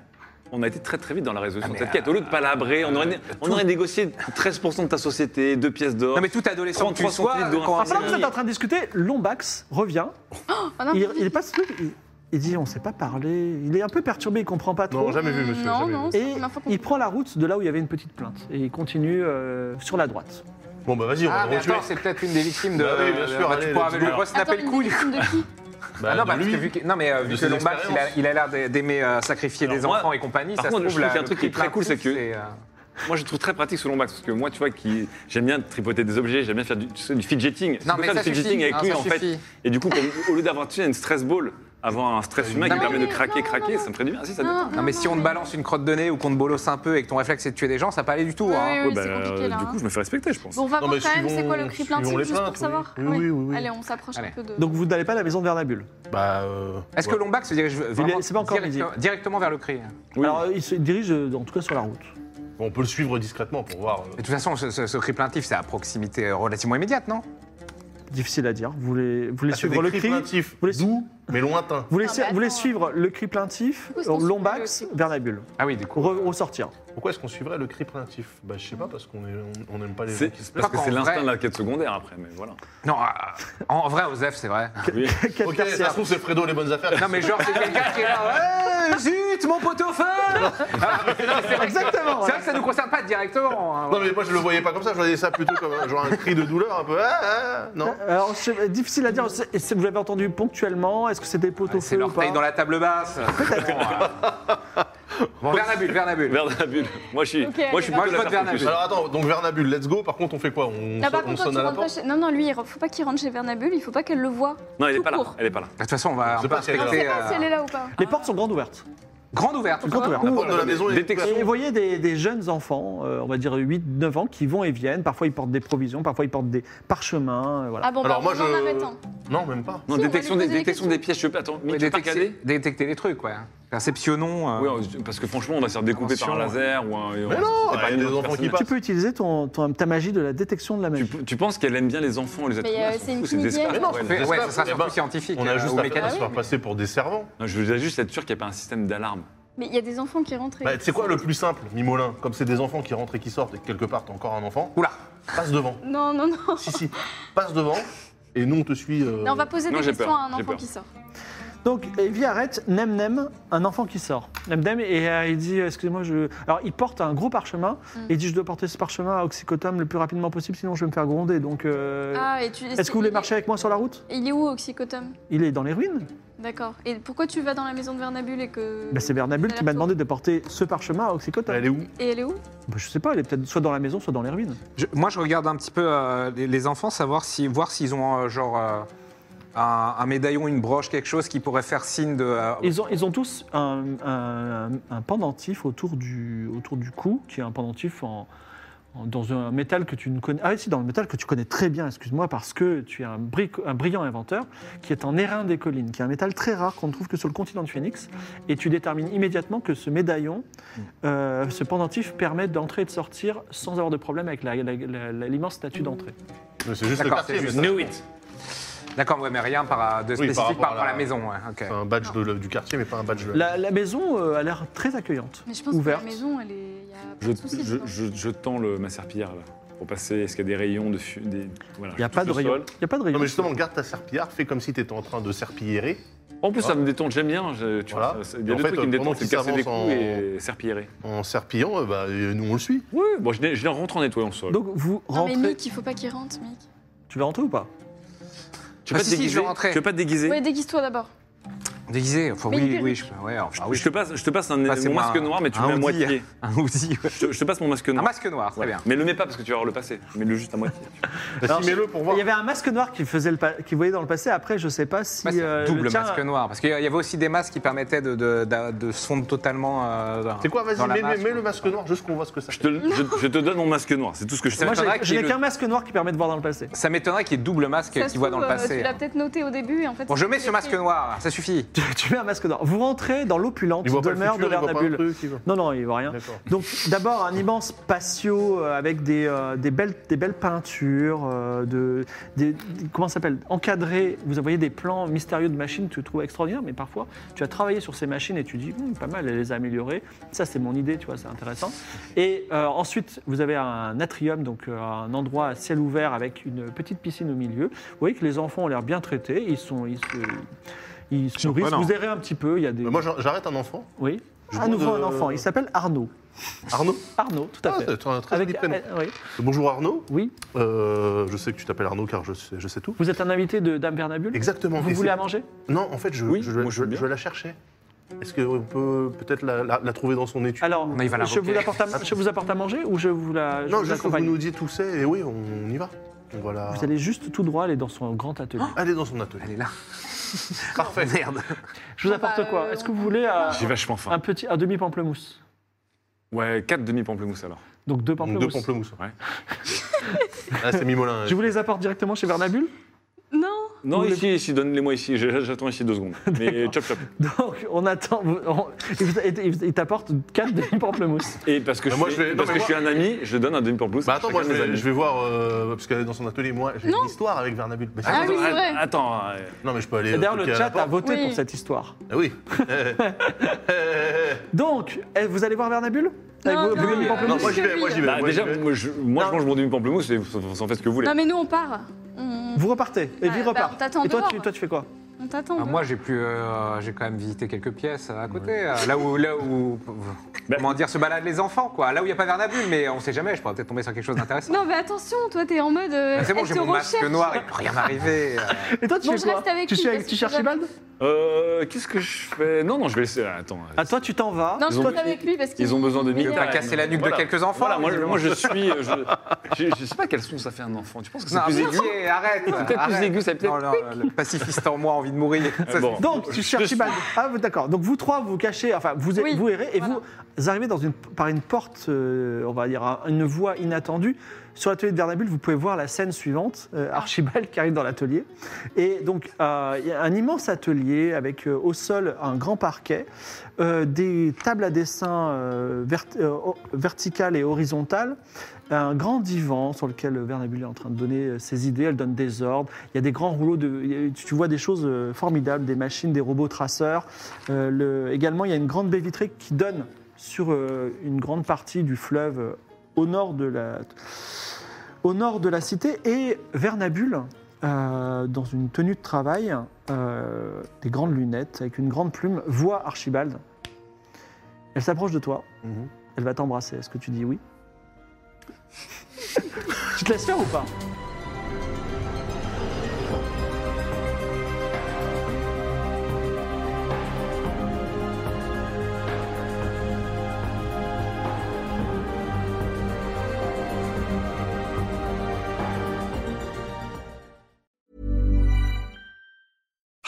Speaker 2: on a été très très vite dans la résolution
Speaker 3: Ah,
Speaker 2: de
Speaker 3: mais, euh,
Speaker 2: cette quête. Au lieu de palabrer, on aurait, on aurait négocié 13% de ta société, deux pièces d'or.
Speaker 3: Non, mais tout adolescent que tu
Speaker 2: 33
Speaker 3: sois,
Speaker 2: centilitres de
Speaker 3: quand
Speaker 2: rafale.
Speaker 1: Alors que vous êtes en train de discuter, Lombax revient,
Speaker 4: Oh non,
Speaker 1: il,
Speaker 4: mais-
Speaker 1: il passe le truc, il, il dit on ne sait pas parler, il est un peu perturbé, il comprend pas trop.
Speaker 5: Non, jamais vu, monsieur.
Speaker 4: Non,
Speaker 5: jamais
Speaker 4: non,
Speaker 5: vu.
Speaker 4: c'est la
Speaker 1: Et
Speaker 4: première fois qu'on.
Speaker 1: il prend la route de là où il y avait une petite plainte. Et il continue euh, sur la droite.
Speaker 5: Bon, bah vas-y, on
Speaker 3: Ah,
Speaker 5: va le
Speaker 3: mais
Speaker 5: retuer.
Speaker 3: attends, c'est peut-être une des victimes de.
Speaker 5: Bah oui, bien sûr,
Speaker 3: bah,
Speaker 5: allez,
Speaker 3: tu pourras
Speaker 5: let's
Speaker 3: lui
Speaker 5: go.
Speaker 3: resnapper
Speaker 4: Attends,
Speaker 3: le
Speaker 4: une
Speaker 3: coup.
Speaker 4: des
Speaker 3: lui.
Speaker 4: victimes de qui
Speaker 5: Bah,
Speaker 3: Ah non,
Speaker 5: de
Speaker 3: bah, parce
Speaker 5: lui.
Speaker 3: que vu que, non, mais euh,
Speaker 5: De
Speaker 3: vu que
Speaker 5: ses
Speaker 3: Lombax, il a-
Speaker 5: expériences.
Speaker 3: il a l'air d'a- d'aimer euh, sacrifier
Speaker 2: Alors
Speaker 3: des
Speaker 2: moi-
Speaker 3: enfants et compagnie,
Speaker 2: par
Speaker 3: ça se
Speaker 2: contre,
Speaker 3: trouve
Speaker 2: je trouve
Speaker 3: là.
Speaker 2: qu'il y a un
Speaker 3: le
Speaker 2: truc qui est
Speaker 3: prix
Speaker 2: très cool, c'est que-
Speaker 3: c'est, euh,
Speaker 2: Moi je trouve très pratique sur Lombax, parce que moi tu vois, qui, j'aime bien tripoter des objets, j'aime bien faire du, tu sais, du fidgeting. Je
Speaker 3: Non,
Speaker 2: peux
Speaker 3: mais
Speaker 2: faire
Speaker 3: ça
Speaker 2: du fidgeting
Speaker 3: suffit.
Speaker 2: avec
Speaker 3: hein,
Speaker 2: lui
Speaker 3: ça
Speaker 2: en fait.
Speaker 3: suffit.
Speaker 2: Et du coup, pour- au lieu d'avoir tu sais, une stress ball, avoir un stress humain
Speaker 3: Non,
Speaker 2: qui
Speaker 3: mais-
Speaker 2: permet de
Speaker 4: non,
Speaker 2: craquer,
Speaker 4: non,
Speaker 2: craquer,
Speaker 4: non,
Speaker 2: ça me ferait du bien. Si, ça détend.
Speaker 4: Non,
Speaker 3: Non, mais si on te balance une crotte de nez ou qu'on te bolosse un peu et que ton réflexe c'est de tuer des gens, ça pas aller du tout.
Speaker 4: Oui,
Speaker 3: hein.
Speaker 4: oui, oui,
Speaker 2: Bah,
Speaker 4: c'est compliqué
Speaker 2: euh,
Speaker 4: là.
Speaker 2: du coup,
Speaker 4: hein.
Speaker 2: je me fais respecter, je pense.
Speaker 4: Bon, on va
Speaker 5: Non,
Speaker 4: voir
Speaker 5: mais
Speaker 4: quand même c'est quoi le cri
Speaker 5: suivons- suivons
Speaker 4: plaintif
Speaker 5: les
Speaker 4: juste pour
Speaker 5: plaintes,
Speaker 4: savoir.
Speaker 5: oui. Oui, oui, oui, oui.
Speaker 4: Allez, on s'approche un
Speaker 3: Allez.
Speaker 4: peu de.
Speaker 1: Donc vous n'allez pas à la maison de Vernabule.
Speaker 5: Bah. euh,
Speaker 3: Est-ce que
Speaker 5: ouais.
Speaker 3: Lombax se dirige vraiment
Speaker 1: c'est pas encore
Speaker 3: directe-
Speaker 1: midi.
Speaker 3: directement vers le cri
Speaker 2: Oui.
Speaker 1: Alors il se dirige euh, en tout cas sur la route.
Speaker 5: On peut le suivre discrètement pour voir. euh,
Speaker 3: Mais De toute façon, ce, ce- ce cri plaintif, c'est à proximité euh, relativement immédiate, non
Speaker 5: Ah,
Speaker 1: Difficile à dire. Vous voulez, vous voulez suivre le cri
Speaker 5: plaintif.
Speaker 1: Vous voulez-
Speaker 5: D'où mais lointain.
Speaker 1: Vous laissez,
Speaker 4: Ah, mais
Speaker 1: vous voulez
Speaker 4: attends.
Speaker 1: suivre le cri plaintif,
Speaker 4: Où est-ce qu'on se met
Speaker 1: Lombax,
Speaker 4: aussi
Speaker 1: Vernabule.
Speaker 3: Ah oui, du coup.
Speaker 1: Re- ressortir.
Speaker 5: Pourquoi est-ce qu'on suivrait le cri plaintif Bah, je sais pas, parce qu'on est- on- on n'aime pas les gens
Speaker 2: C'est
Speaker 5: qui se
Speaker 2: parce
Speaker 5: plaignent.
Speaker 2: que
Speaker 3: Pas
Speaker 2: c'est
Speaker 3: qu'en
Speaker 2: l'instinct
Speaker 3: vrai.
Speaker 2: de la quête secondaire après, mais voilà.
Speaker 3: Non, ah, en en vrai, Osef, c'est vrai.
Speaker 2: Oui.
Speaker 1: Quête
Speaker 5: Ok, ça se
Speaker 1: tertiaire.
Speaker 5: trouve, c'est Fredo les bonnes affaires.
Speaker 3: Non, mais genre, c'est quelqu'un qui est là. Eh, zut, mon pote au feu Ah, mais non, c'est vrai que-
Speaker 1: Exactement.
Speaker 3: C'est vrai que ça nous concerne pas directement. hein.
Speaker 5: Non, mais moi je le voyais pas comme ça, je voyais ça plutôt comme un- genre un cri de douleur un peu. Ah, ah, ah, non
Speaker 1: Alors, c'est difficile à dire. c'est- c'est- Vous l'avez entendu ponctuellement. Est-ce que c'est des potes au
Speaker 3: C'est
Speaker 1: feu ou
Speaker 3: leur taille
Speaker 1: pas
Speaker 3: dans la table basse. Bon, euh. Bon, Vernabule, Vernabule.
Speaker 2: Vernabule. Moi, je suis,
Speaker 4: Ok,
Speaker 2: moi, je suis plutôt
Speaker 3: allez, Moi, je vote
Speaker 2: l'affaire
Speaker 3: Vernabule.
Speaker 2: focus.
Speaker 5: Alors attends, donc Vernabule, let's go. Par contre, on fait quoi On,
Speaker 4: Là,
Speaker 5: so-
Speaker 4: par
Speaker 5: on
Speaker 4: contre, toi,
Speaker 5: sonne
Speaker 4: tu
Speaker 5: à la
Speaker 4: rentres pas
Speaker 5: porte
Speaker 4: chez... Non, non, lui, il faut pas qu'il rentre chez Vernabule, il faut pas qu'elle le voie.
Speaker 2: Non, elle est
Speaker 4: Tout
Speaker 2: pas là.
Speaker 4: court.
Speaker 2: Elle est pas là.
Speaker 3: De toute façon, on va
Speaker 5: Je sais pas si elle est là.
Speaker 3: inspecter.
Speaker 4: Ah, si elle
Speaker 3: euh,
Speaker 4: est là ou pas
Speaker 1: Les portes sont grandes ouvertes.
Speaker 3: Grande ouverte.
Speaker 1: Grandes ouvertes.
Speaker 5: La porte de la maison est
Speaker 2: Détection.
Speaker 1: Et vous voyez des, des jeunes enfants, euh, on va dire 8-9 ans, qui vont et viennent. Parfois, ils portent des provisions, parfois, ils portent des parchemins. euh, voilà.
Speaker 4: Ah bon,
Speaker 5: Alors,
Speaker 4: bah,
Speaker 5: moi,
Speaker 4: on en
Speaker 5: je-
Speaker 4: arrête un.
Speaker 5: Non, même pas.
Speaker 2: Non,
Speaker 4: Si, on va
Speaker 2: détection,
Speaker 4: lui
Speaker 2: des,
Speaker 4: poser des
Speaker 2: détection des pièges. Je peux- Attends, mais
Speaker 3: Ouais,
Speaker 2: tu peux pas regarder
Speaker 3: Détecter, détecter les trucs, ouais. Perceptionnons. euh,
Speaker 2: Oui, on- parce que franchement, on va se faire découper par un
Speaker 3: Attention.
Speaker 2: laser ou un.
Speaker 5: Mais non, il y a des enfants
Speaker 4: Ah,
Speaker 5: qui
Speaker 1: Tu
Speaker 5: passent.
Speaker 1: peux utiliser ton, ton- ta magie de la détection de la magie.
Speaker 2: Tu, tu penses qu'elle aime bien les enfants, les
Speaker 4: Mais, euh,
Speaker 2: êtres
Speaker 4: c'est une
Speaker 2: C'est des esclaves.
Speaker 4: cuisinière. Mais
Speaker 5: non,
Speaker 2: Ouais,
Speaker 5: ça
Speaker 2: les
Speaker 3: fait-
Speaker 2: esclaves.
Speaker 3: Ouais, ça sera
Speaker 5: Eh
Speaker 3: surtout
Speaker 5: ben,
Speaker 3: scientifique.
Speaker 5: On
Speaker 3: euh,
Speaker 5: a
Speaker 3: ou
Speaker 5: juste à faire- à
Speaker 3: mécanique.
Speaker 5: se faire passer pour des servants.
Speaker 2: Non, Je voulais juste être sûr qu'il n'y a pas un système d'alarme.
Speaker 4: Mais il y a des enfants qui rentrent. et-
Speaker 5: Bah, c'est quoi le plus simple, Mimolin Comme c'est des enfants qui rentrent et qui sortent et que quelque part t'as encore un enfant,
Speaker 3: Oula.
Speaker 5: passe devant.
Speaker 4: Non, non, non.
Speaker 5: si, si, passe devant et nous on te suit. euh,
Speaker 4: Non, on va poser
Speaker 2: Non,
Speaker 4: des
Speaker 2: j'ai
Speaker 4: questions
Speaker 2: peur,
Speaker 4: à un
Speaker 2: j'ai
Speaker 4: enfant
Speaker 2: peur.
Speaker 4: qui sort.
Speaker 1: Donc, Evie arrête Nem Nem, un enfant qui sort. Nem Nem, et euh, il dit Excusez-moi, je. Alors, il porte un gros parchemin. Et il dit Je dois porter ce parchemin à Oxycotam le plus rapidement possible, sinon je vais me faire gronder. Donc, euh,
Speaker 4: Ah, et tu...
Speaker 1: est-ce que vous voulez marcher avec moi sur la route
Speaker 4: Il est où, Oxycotome
Speaker 1: Il est dans les ruines.
Speaker 4: D'accord. Et pourquoi tu vas dans la maison de Vernabule et que.
Speaker 1: Bah, c'est Bernabule qui m'a demandé de porter ce parchemin à Oxycotam.
Speaker 5: Elle est où
Speaker 4: Et elle est où
Speaker 1: Bah, je sais pas, elle est peut-être soit dans la maison, soit dans les ruines.
Speaker 3: Je- moi, je regarde un petit peu euh, les, les enfants, savoir si, voir s'ils ont euh, genre euh, un, un médaillon, une broche, quelque chose qui pourrait faire signe de. euh,
Speaker 5: Ah
Speaker 1: Ils ont, ils ont tous un, un- un pendentif autour du, autour du cou, qui est un pendentif en, en- dans un métal que tu ne connais. Ah, si, dans le métal que tu connais très bien, excuse-moi, parce que tu es un, bric- un brillant inventeur, qui est en airain des collines, qui est un métal très rare qu'on ne trouve que sur le continent de Phoenix. Et tu détermines immédiatement que ce médaillon,
Speaker 5: Mm.
Speaker 1: euh, ce pendentif, permet d'entrer et de sortir sans avoir de problème avec la- la- la- la- l'immense statue d'entrée.
Speaker 5: Mais C'est juste le
Speaker 3: D'accord,
Speaker 5: quartier.
Speaker 3: c'est
Speaker 5: mais
Speaker 3: juste-
Speaker 5: ça,
Speaker 2: Knew it.
Speaker 3: D'accord, ouais, mais rien par- euh, de
Speaker 5: Oui, par
Speaker 3: spécifique par rapport,
Speaker 5: rapport à
Speaker 3: à la
Speaker 5: la-
Speaker 3: maison. ouais, ok.
Speaker 5: C'est un badge de- du quartier, mais pas un badge. de-
Speaker 1: La, la maison euh, a l'air très accueillante,
Speaker 4: Mais je pense
Speaker 1: ouverte.
Speaker 4: que la maison, elle est. Il y a pas
Speaker 2: Je,
Speaker 4: de soucis.
Speaker 2: je-
Speaker 4: dedans.
Speaker 2: je- je tends le, ma serpillière là pour passer. Est-ce qu'il y a des rayons de fu- des, voilà,
Speaker 1: Il n'y a
Speaker 2: je
Speaker 1: pas
Speaker 2: touche
Speaker 1: de
Speaker 2: le
Speaker 1: rayon.
Speaker 2: sol.
Speaker 1: Il n'y a pas de rayon.
Speaker 5: Non mais justement, garde ta serpillard, fais comme si t'étais en train de serpillérer.
Speaker 2: En plus, ça me détend. J'aime bien. je- tu
Speaker 5: Voilà.
Speaker 2: vois, ça- il y a
Speaker 5: Et en
Speaker 2: deux
Speaker 5: fait,
Speaker 2: trucs qui me
Speaker 5: pendant
Speaker 2: détendent, c'est
Speaker 5: qu'ils
Speaker 2: de casser des coups
Speaker 5: s'avancent en-
Speaker 2: et serpilleret.
Speaker 5: En serpillant, euh, bah, euh, nous on le suit.
Speaker 2: Oui, bon, je, n'ai- je les rentre en nettoyant le sol.
Speaker 1: Donc vous
Speaker 4: Non, mais
Speaker 1: rentrez.
Speaker 4: Mick, il faut pas qu'il rentre, Mick.
Speaker 1: Tu vas rentrer ou pas
Speaker 2: tu
Speaker 3: Ah,
Speaker 2: veux pas
Speaker 3: si,
Speaker 2: te
Speaker 3: si, je
Speaker 2: déguiser
Speaker 3: vais rentrer.
Speaker 2: Tu veux pas te déguiser
Speaker 4: Ouais, déguise-toi d'abord.
Speaker 3: Déguisé. faut-
Speaker 4: Mais une
Speaker 3: oui,
Speaker 4: perruque.
Speaker 3: oui, je, ouais, enfin, Ah oui,
Speaker 2: Ah, Je te passe, je te passe un,
Speaker 3: Passez-moi
Speaker 2: mon masque
Speaker 3: un-
Speaker 2: noir, mais tu
Speaker 3: un
Speaker 2: le mets à
Speaker 3: hoodie.
Speaker 2: moitié.
Speaker 3: Un hoodie. ouais.
Speaker 2: Je, te- je te passe mon masque
Speaker 3: Un
Speaker 2: noir.
Speaker 3: masque noir, très
Speaker 2: Ouais.
Speaker 3: bien.
Speaker 2: Mais le mets pas parce que tu vas le passer. Mets-le juste à moitié.
Speaker 1: Alors,
Speaker 5: Bah, Si, mets-le pour voir.
Speaker 1: Il y avait un masque noir qui faisait le pa- qui voyait dans le passé. Après, je sais pas si
Speaker 3: Masque-
Speaker 1: euh,
Speaker 3: double
Speaker 1: le tien-
Speaker 3: masque noir, parce qu'il y avait aussi des masques qui permettaient de, de, de- de se fondre totalement. euh, dans-
Speaker 5: C'est quoi Vas-y,
Speaker 3: dans la
Speaker 5: mets,
Speaker 3: masse,
Speaker 5: mets- mets
Speaker 3: quoi.
Speaker 5: le masque noir, juste qu'on voit ce que ça
Speaker 2: je,
Speaker 5: fait.
Speaker 2: te, je- je te donne mon masque noir. C'est tout ce que je sais.
Speaker 1: Moi,
Speaker 3: m'étonnerait
Speaker 1: j'ai- je
Speaker 3: qu'il
Speaker 1: n'ai
Speaker 3: le-
Speaker 1: qu'un masque noir qui permet de voir dans le passé.
Speaker 3: Ça m'étonnerait qu'il y ait double masque
Speaker 4: Ça se
Speaker 3: qui voit dans
Speaker 4: trouve,
Speaker 3: le
Speaker 4: euh, Tu
Speaker 3: passé. hein.
Speaker 4: l'as peut-être noté au début. et En fait,
Speaker 3: Bon, je mets ce
Speaker 4: c'est- euh.
Speaker 3: masque noir, ça suffit.
Speaker 1: Tu, tu mets un masque noir. Vous rentrez dans l'opulente
Speaker 5: Il voit pas le
Speaker 1: demeure
Speaker 5: futur,
Speaker 1: de
Speaker 5: il voit pas un
Speaker 1: Vernabule.
Speaker 5: truc, il voit-
Speaker 1: Non, non, il voit rien.
Speaker 5: D'accord.
Speaker 1: Donc, d'abord, un immense patio euh, avec des, euh, des, belles, des belles peintures, euh, de, des, des- comment ça s'appelle Encadrées. Vous voyez des plans mystérieux de machines que tu trouves extraordinaires, mais parfois, tu as travaillé sur ces machines et tu dis, Hum, pas mal, elle les a améliorées. Ça, c'est mon idée, tu vois, c'est intéressant. Et euh, ensuite, vous avez un atrium, donc euh, un endroit à ciel ouvert avec une petite piscine au milieu. Vous voyez que les enfants ont l'air bien traités, ils sont. Ils se, ils se nourrissent.
Speaker 3: Surprenant.
Speaker 1: Vous errez un petit peu, il y a des.
Speaker 5: Mais Moi, j'ar- j'arrête un enfant.
Speaker 1: oui.
Speaker 5: je
Speaker 1: à
Speaker 5: demande,
Speaker 1: nouveau un
Speaker 5: euh,
Speaker 1: enfant, il s'appelle Arnaud.
Speaker 5: Arnaud.
Speaker 1: Arnaud, tout à
Speaker 5: Ah,
Speaker 1: fait.
Speaker 5: c'est un très joli
Speaker 1: Avec,
Speaker 5: prénom.
Speaker 1: euh, oui.
Speaker 5: Bonjour Arnaud.
Speaker 1: oui,
Speaker 5: Euh, je sais que tu t'appelles Arnaud car je sais, je sais tout.
Speaker 1: vous êtes un invité de Dame Bernabule
Speaker 5: Exactement.
Speaker 1: Vous
Speaker 5: Et
Speaker 1: voulez
Speaker 5: c'est-
Speaker 1: à manger
Speaker 5: Non, en fait, je,
Speaker 2: Oui,
Speaker 5: je,
Speaker 2: moi, je
Speaker 5: je-
Speaker 2: veux bien.
Speaker 5: je la cherchais. Est-ce qu'on peut peut-être la, la- la trouver dans son étui
Speaker 1: Alors,
Speaker 3: Non, il va
Speaker 1: je, vous
Speaker 3: l'invoquer.
Speaker 1: apporte à, je vous apporte à manger ou je vous la. je
Speaker 5: Non,
Speaker 1: vous
Speaker 5: juste que vous
Speaker 1: accompagne
Speaker 5: nous dites où c'est et oui, on y va. On va
Speaker 4: Ah.
Speaker 5: la...
Speaker 1: Vous allez juste tout droit aller dans son grand atelier.
Speaker 5: Allez dans son atelier.
Speaker 3: Elle est là.
Speaker 5: Parfait.
Speaker 3: Merde.
Speaker 1: Je vous
Speaker 4: Bon, bah,
Speaker 1: apporte quoi
Speaker 4: euh,
Speaker 1: Est-ce que vous voulez euh,
Speaker 2: J'ai vachement faim.
Speaker 1: un petit, un demi pamplemousse
Speaker 2: Ouais, 4 demi-pamplemousses alors.
Speaker 1: Donc deux
Speaker 5: Donc
Speaker 1: pamplemousses.
Speaker 5: deux pamplemousses.
Speaker 2: Ouais.
Speaker 5: Ah, c'est Mimolin.
Speaker 1: Je vous les apporte directement chez Vernabule
Speaker 4: Non,
Speaker 2: Non,
Speaker 1: Vous voulez-
Speaker 2: ici, ici, donnez-les-moi ici. Je- J'attends ici deux secondes. Mais chop chop.
Speaker 1: Donc, on attend. on- il- il il t'apporte 4 demi-pamplemousses.
Speaker 2: Et parce que,
Speaker 5: Mais
Speaker 2: je,
Speaker 5: moi,
Speaker 2: suis,
Speaker 5: je vais- non,
Speaker 2: parce
Speaker 5: mais
Speaker 2: que je suis
Speaker 5: moi-
Speaker 2: un ami, je donne un demi pour plus.
Speaker 5: Bah attends, moi je vais, je vais voir, euh, parce qu'elle est dans son atelier, moi j'ai une histoire avec Vernabule. Bah,
Speaker 4: Ah
Speaker 5: sinon,
Speaker 4: oui, c'est vrai.
Speaker 2: Attends, euh,
Speaker 5: Non mais je peux aller.
Speaker 1: Et
Speaker 5: euh,
Speaker 1: D'ailleurs, le
Speaker 5: toquer à la
Speaker 1: chat a
Speaker 5: porte.
Speaker 1: voté
Speaker 4: Oui.
Speaker 1: pour cette histoire.
Speaker 5: Ah oui.
Speaker 1: Donc, eh, vous allez voir Vernabule Avec
Speaker 4: Non,
Speaker 1: vos-
Speaker 4: non,
Speaker 1: vos demi-pamplemousses
Speaker 5: non, moi j'y vais, moi
Speaker 4: euh.
Speaker 5: j'y vais.
Speaker 2: bah,
Speaker 5: moi,
Speaker 2: déjà,
Speaker 5: j'y vais.
Speaker 2: moi, je, moi, je mange mon demi pamplemousse et vous vous en faites ce que vous voulez.
Speaker 4: Non, mais nous, on part. On,
Speaker 1: Vous repartez. Et
Speaker 4: Ah,
Speaker 1: lui
Speaker 4: bah,
Speaker 1: repart.
Speaker 4: on t'attend
Speaker 1: Et toi
Speaker 4: dehors.
Speaker 1: tu, toi, tu fais quoi
Speaker 4: on t'attend.
Speaker 3: Ah,
Speaker 4: dehors.
Speaker 3: moi, j'ai pu, euh, j'ai quand même visité quelques pièces euh, à côté, euh, là où, là où,
Speaker 2: Bah-
Speaker 3: comment dire, se baladent les enfants, quoi. Là où il n'y a pas Vernabule, mais on sait jamais. Je pourrais peut-être tomber sur quelque chose d'intéressant.
Speaker 4: Non, mais attention, toi, t'es en mode. euh,
Speaker 3: Ah, C'est bon,
Speaker 4: elle
Speaker 3: j'ai
Speaker 4: te
Speaker 3: mon masque
Speaker 4: recherche.
Speaker 3: noir, il peut rien m'arriver. euh.
Speaker 1: Et toi, tu
Speaker 4: Bon,
Speaker 1: fais
Speaker 4: je
Speaker 1: quoi
Speaker 4: reste avec
Speaker 1: Tu,
Speaker 4: lui,
Speaker 1: suis
Speaker 4: parce
Speaker 1: avec-
Speaker 4: que
Speaker 1: tu
Speaker 4: je
Speaker 1: cherches
Speaker 4: suis
Speaker 1: Archibald
Speaker 2: Euh, Qu'est-ce que je fais Non, non, je vais laisser. Attends.
Speaker 1: Ah, toi, tu t'en vas.
Speaker 4: Non, je
Speaker 2: Ils ont-
Speaker 4: reste avec lui parce qu'ils
Speaker 2: Ils ont besoin de
Speaker 3: Tu veux
Speaker 2: mille.
Speaker 3: pas casser la nuque de quelques enfants,
Speaker 2: Voilà, moi, je-
Speaker 3: visiblement.
Speaker 2: moi je suis. euh, Je, je, je sais pas quel son ça fait un enfant. Tu penses que c'est
Speaker 3: Non,
Speaker 2: plus
Speaker 3: mais
Speaker 2: aigu
Speaker 3: dis, arrête.
Speaker 2: peut-être plus
Speaker 3: arrête.
Speaker 2: aigu, ça peut-être- Ah
Speaker 3: Non, non, le pacifiste en moi, a envie de mourir. Ça,
Speaker 2: bon.
Speaker 1: Donc, tu cherches Archibald. Ah, vous- d'accord. Donc, vous trois, vous cachez, enfin, vous,
Speaker 4: Oui,
Speaker 1: vous errez et
Speaker 4: voilà.
Speaker 1: vous arrivez dans une, par une porte, euh, on va dire, un- une voie inattendue. Sur l'atelier de Vernabule, vous pouvez voir la scène suivante,
Speaker 4: Ah.
Speaker 1: euh, Archibald qui arrive dans l'atelier. Et donc, euh, il y a un immense atelier avec euh, au sol un grand parquet, euh, des tables à dessin euh, vert- euh, o- verticales et horizontales, un grand divan sur lequel Vernabule est en train de donner euh, ses idées, elle donne des ordres, il y a des grands rouleaux, de, il y a- tu vois des choses euh, formidables, des machines, des robots traceurs. Euh, le- également, il y a une grande baie vitrée qui donne sur euh, une grande partie du fleuve euh, au nord de la, au nord de la cité. Et Vernabule, euh, dans une tenue de travail, euh, des grandes lunettes, avec une grande plume, voit Archibald. Elle s'approche de toi.
Speaker 5: Mhm.
Speaker 1: Elle va t'embrasser. Est-ce que tu dis oui Tu te laisses faire ou pas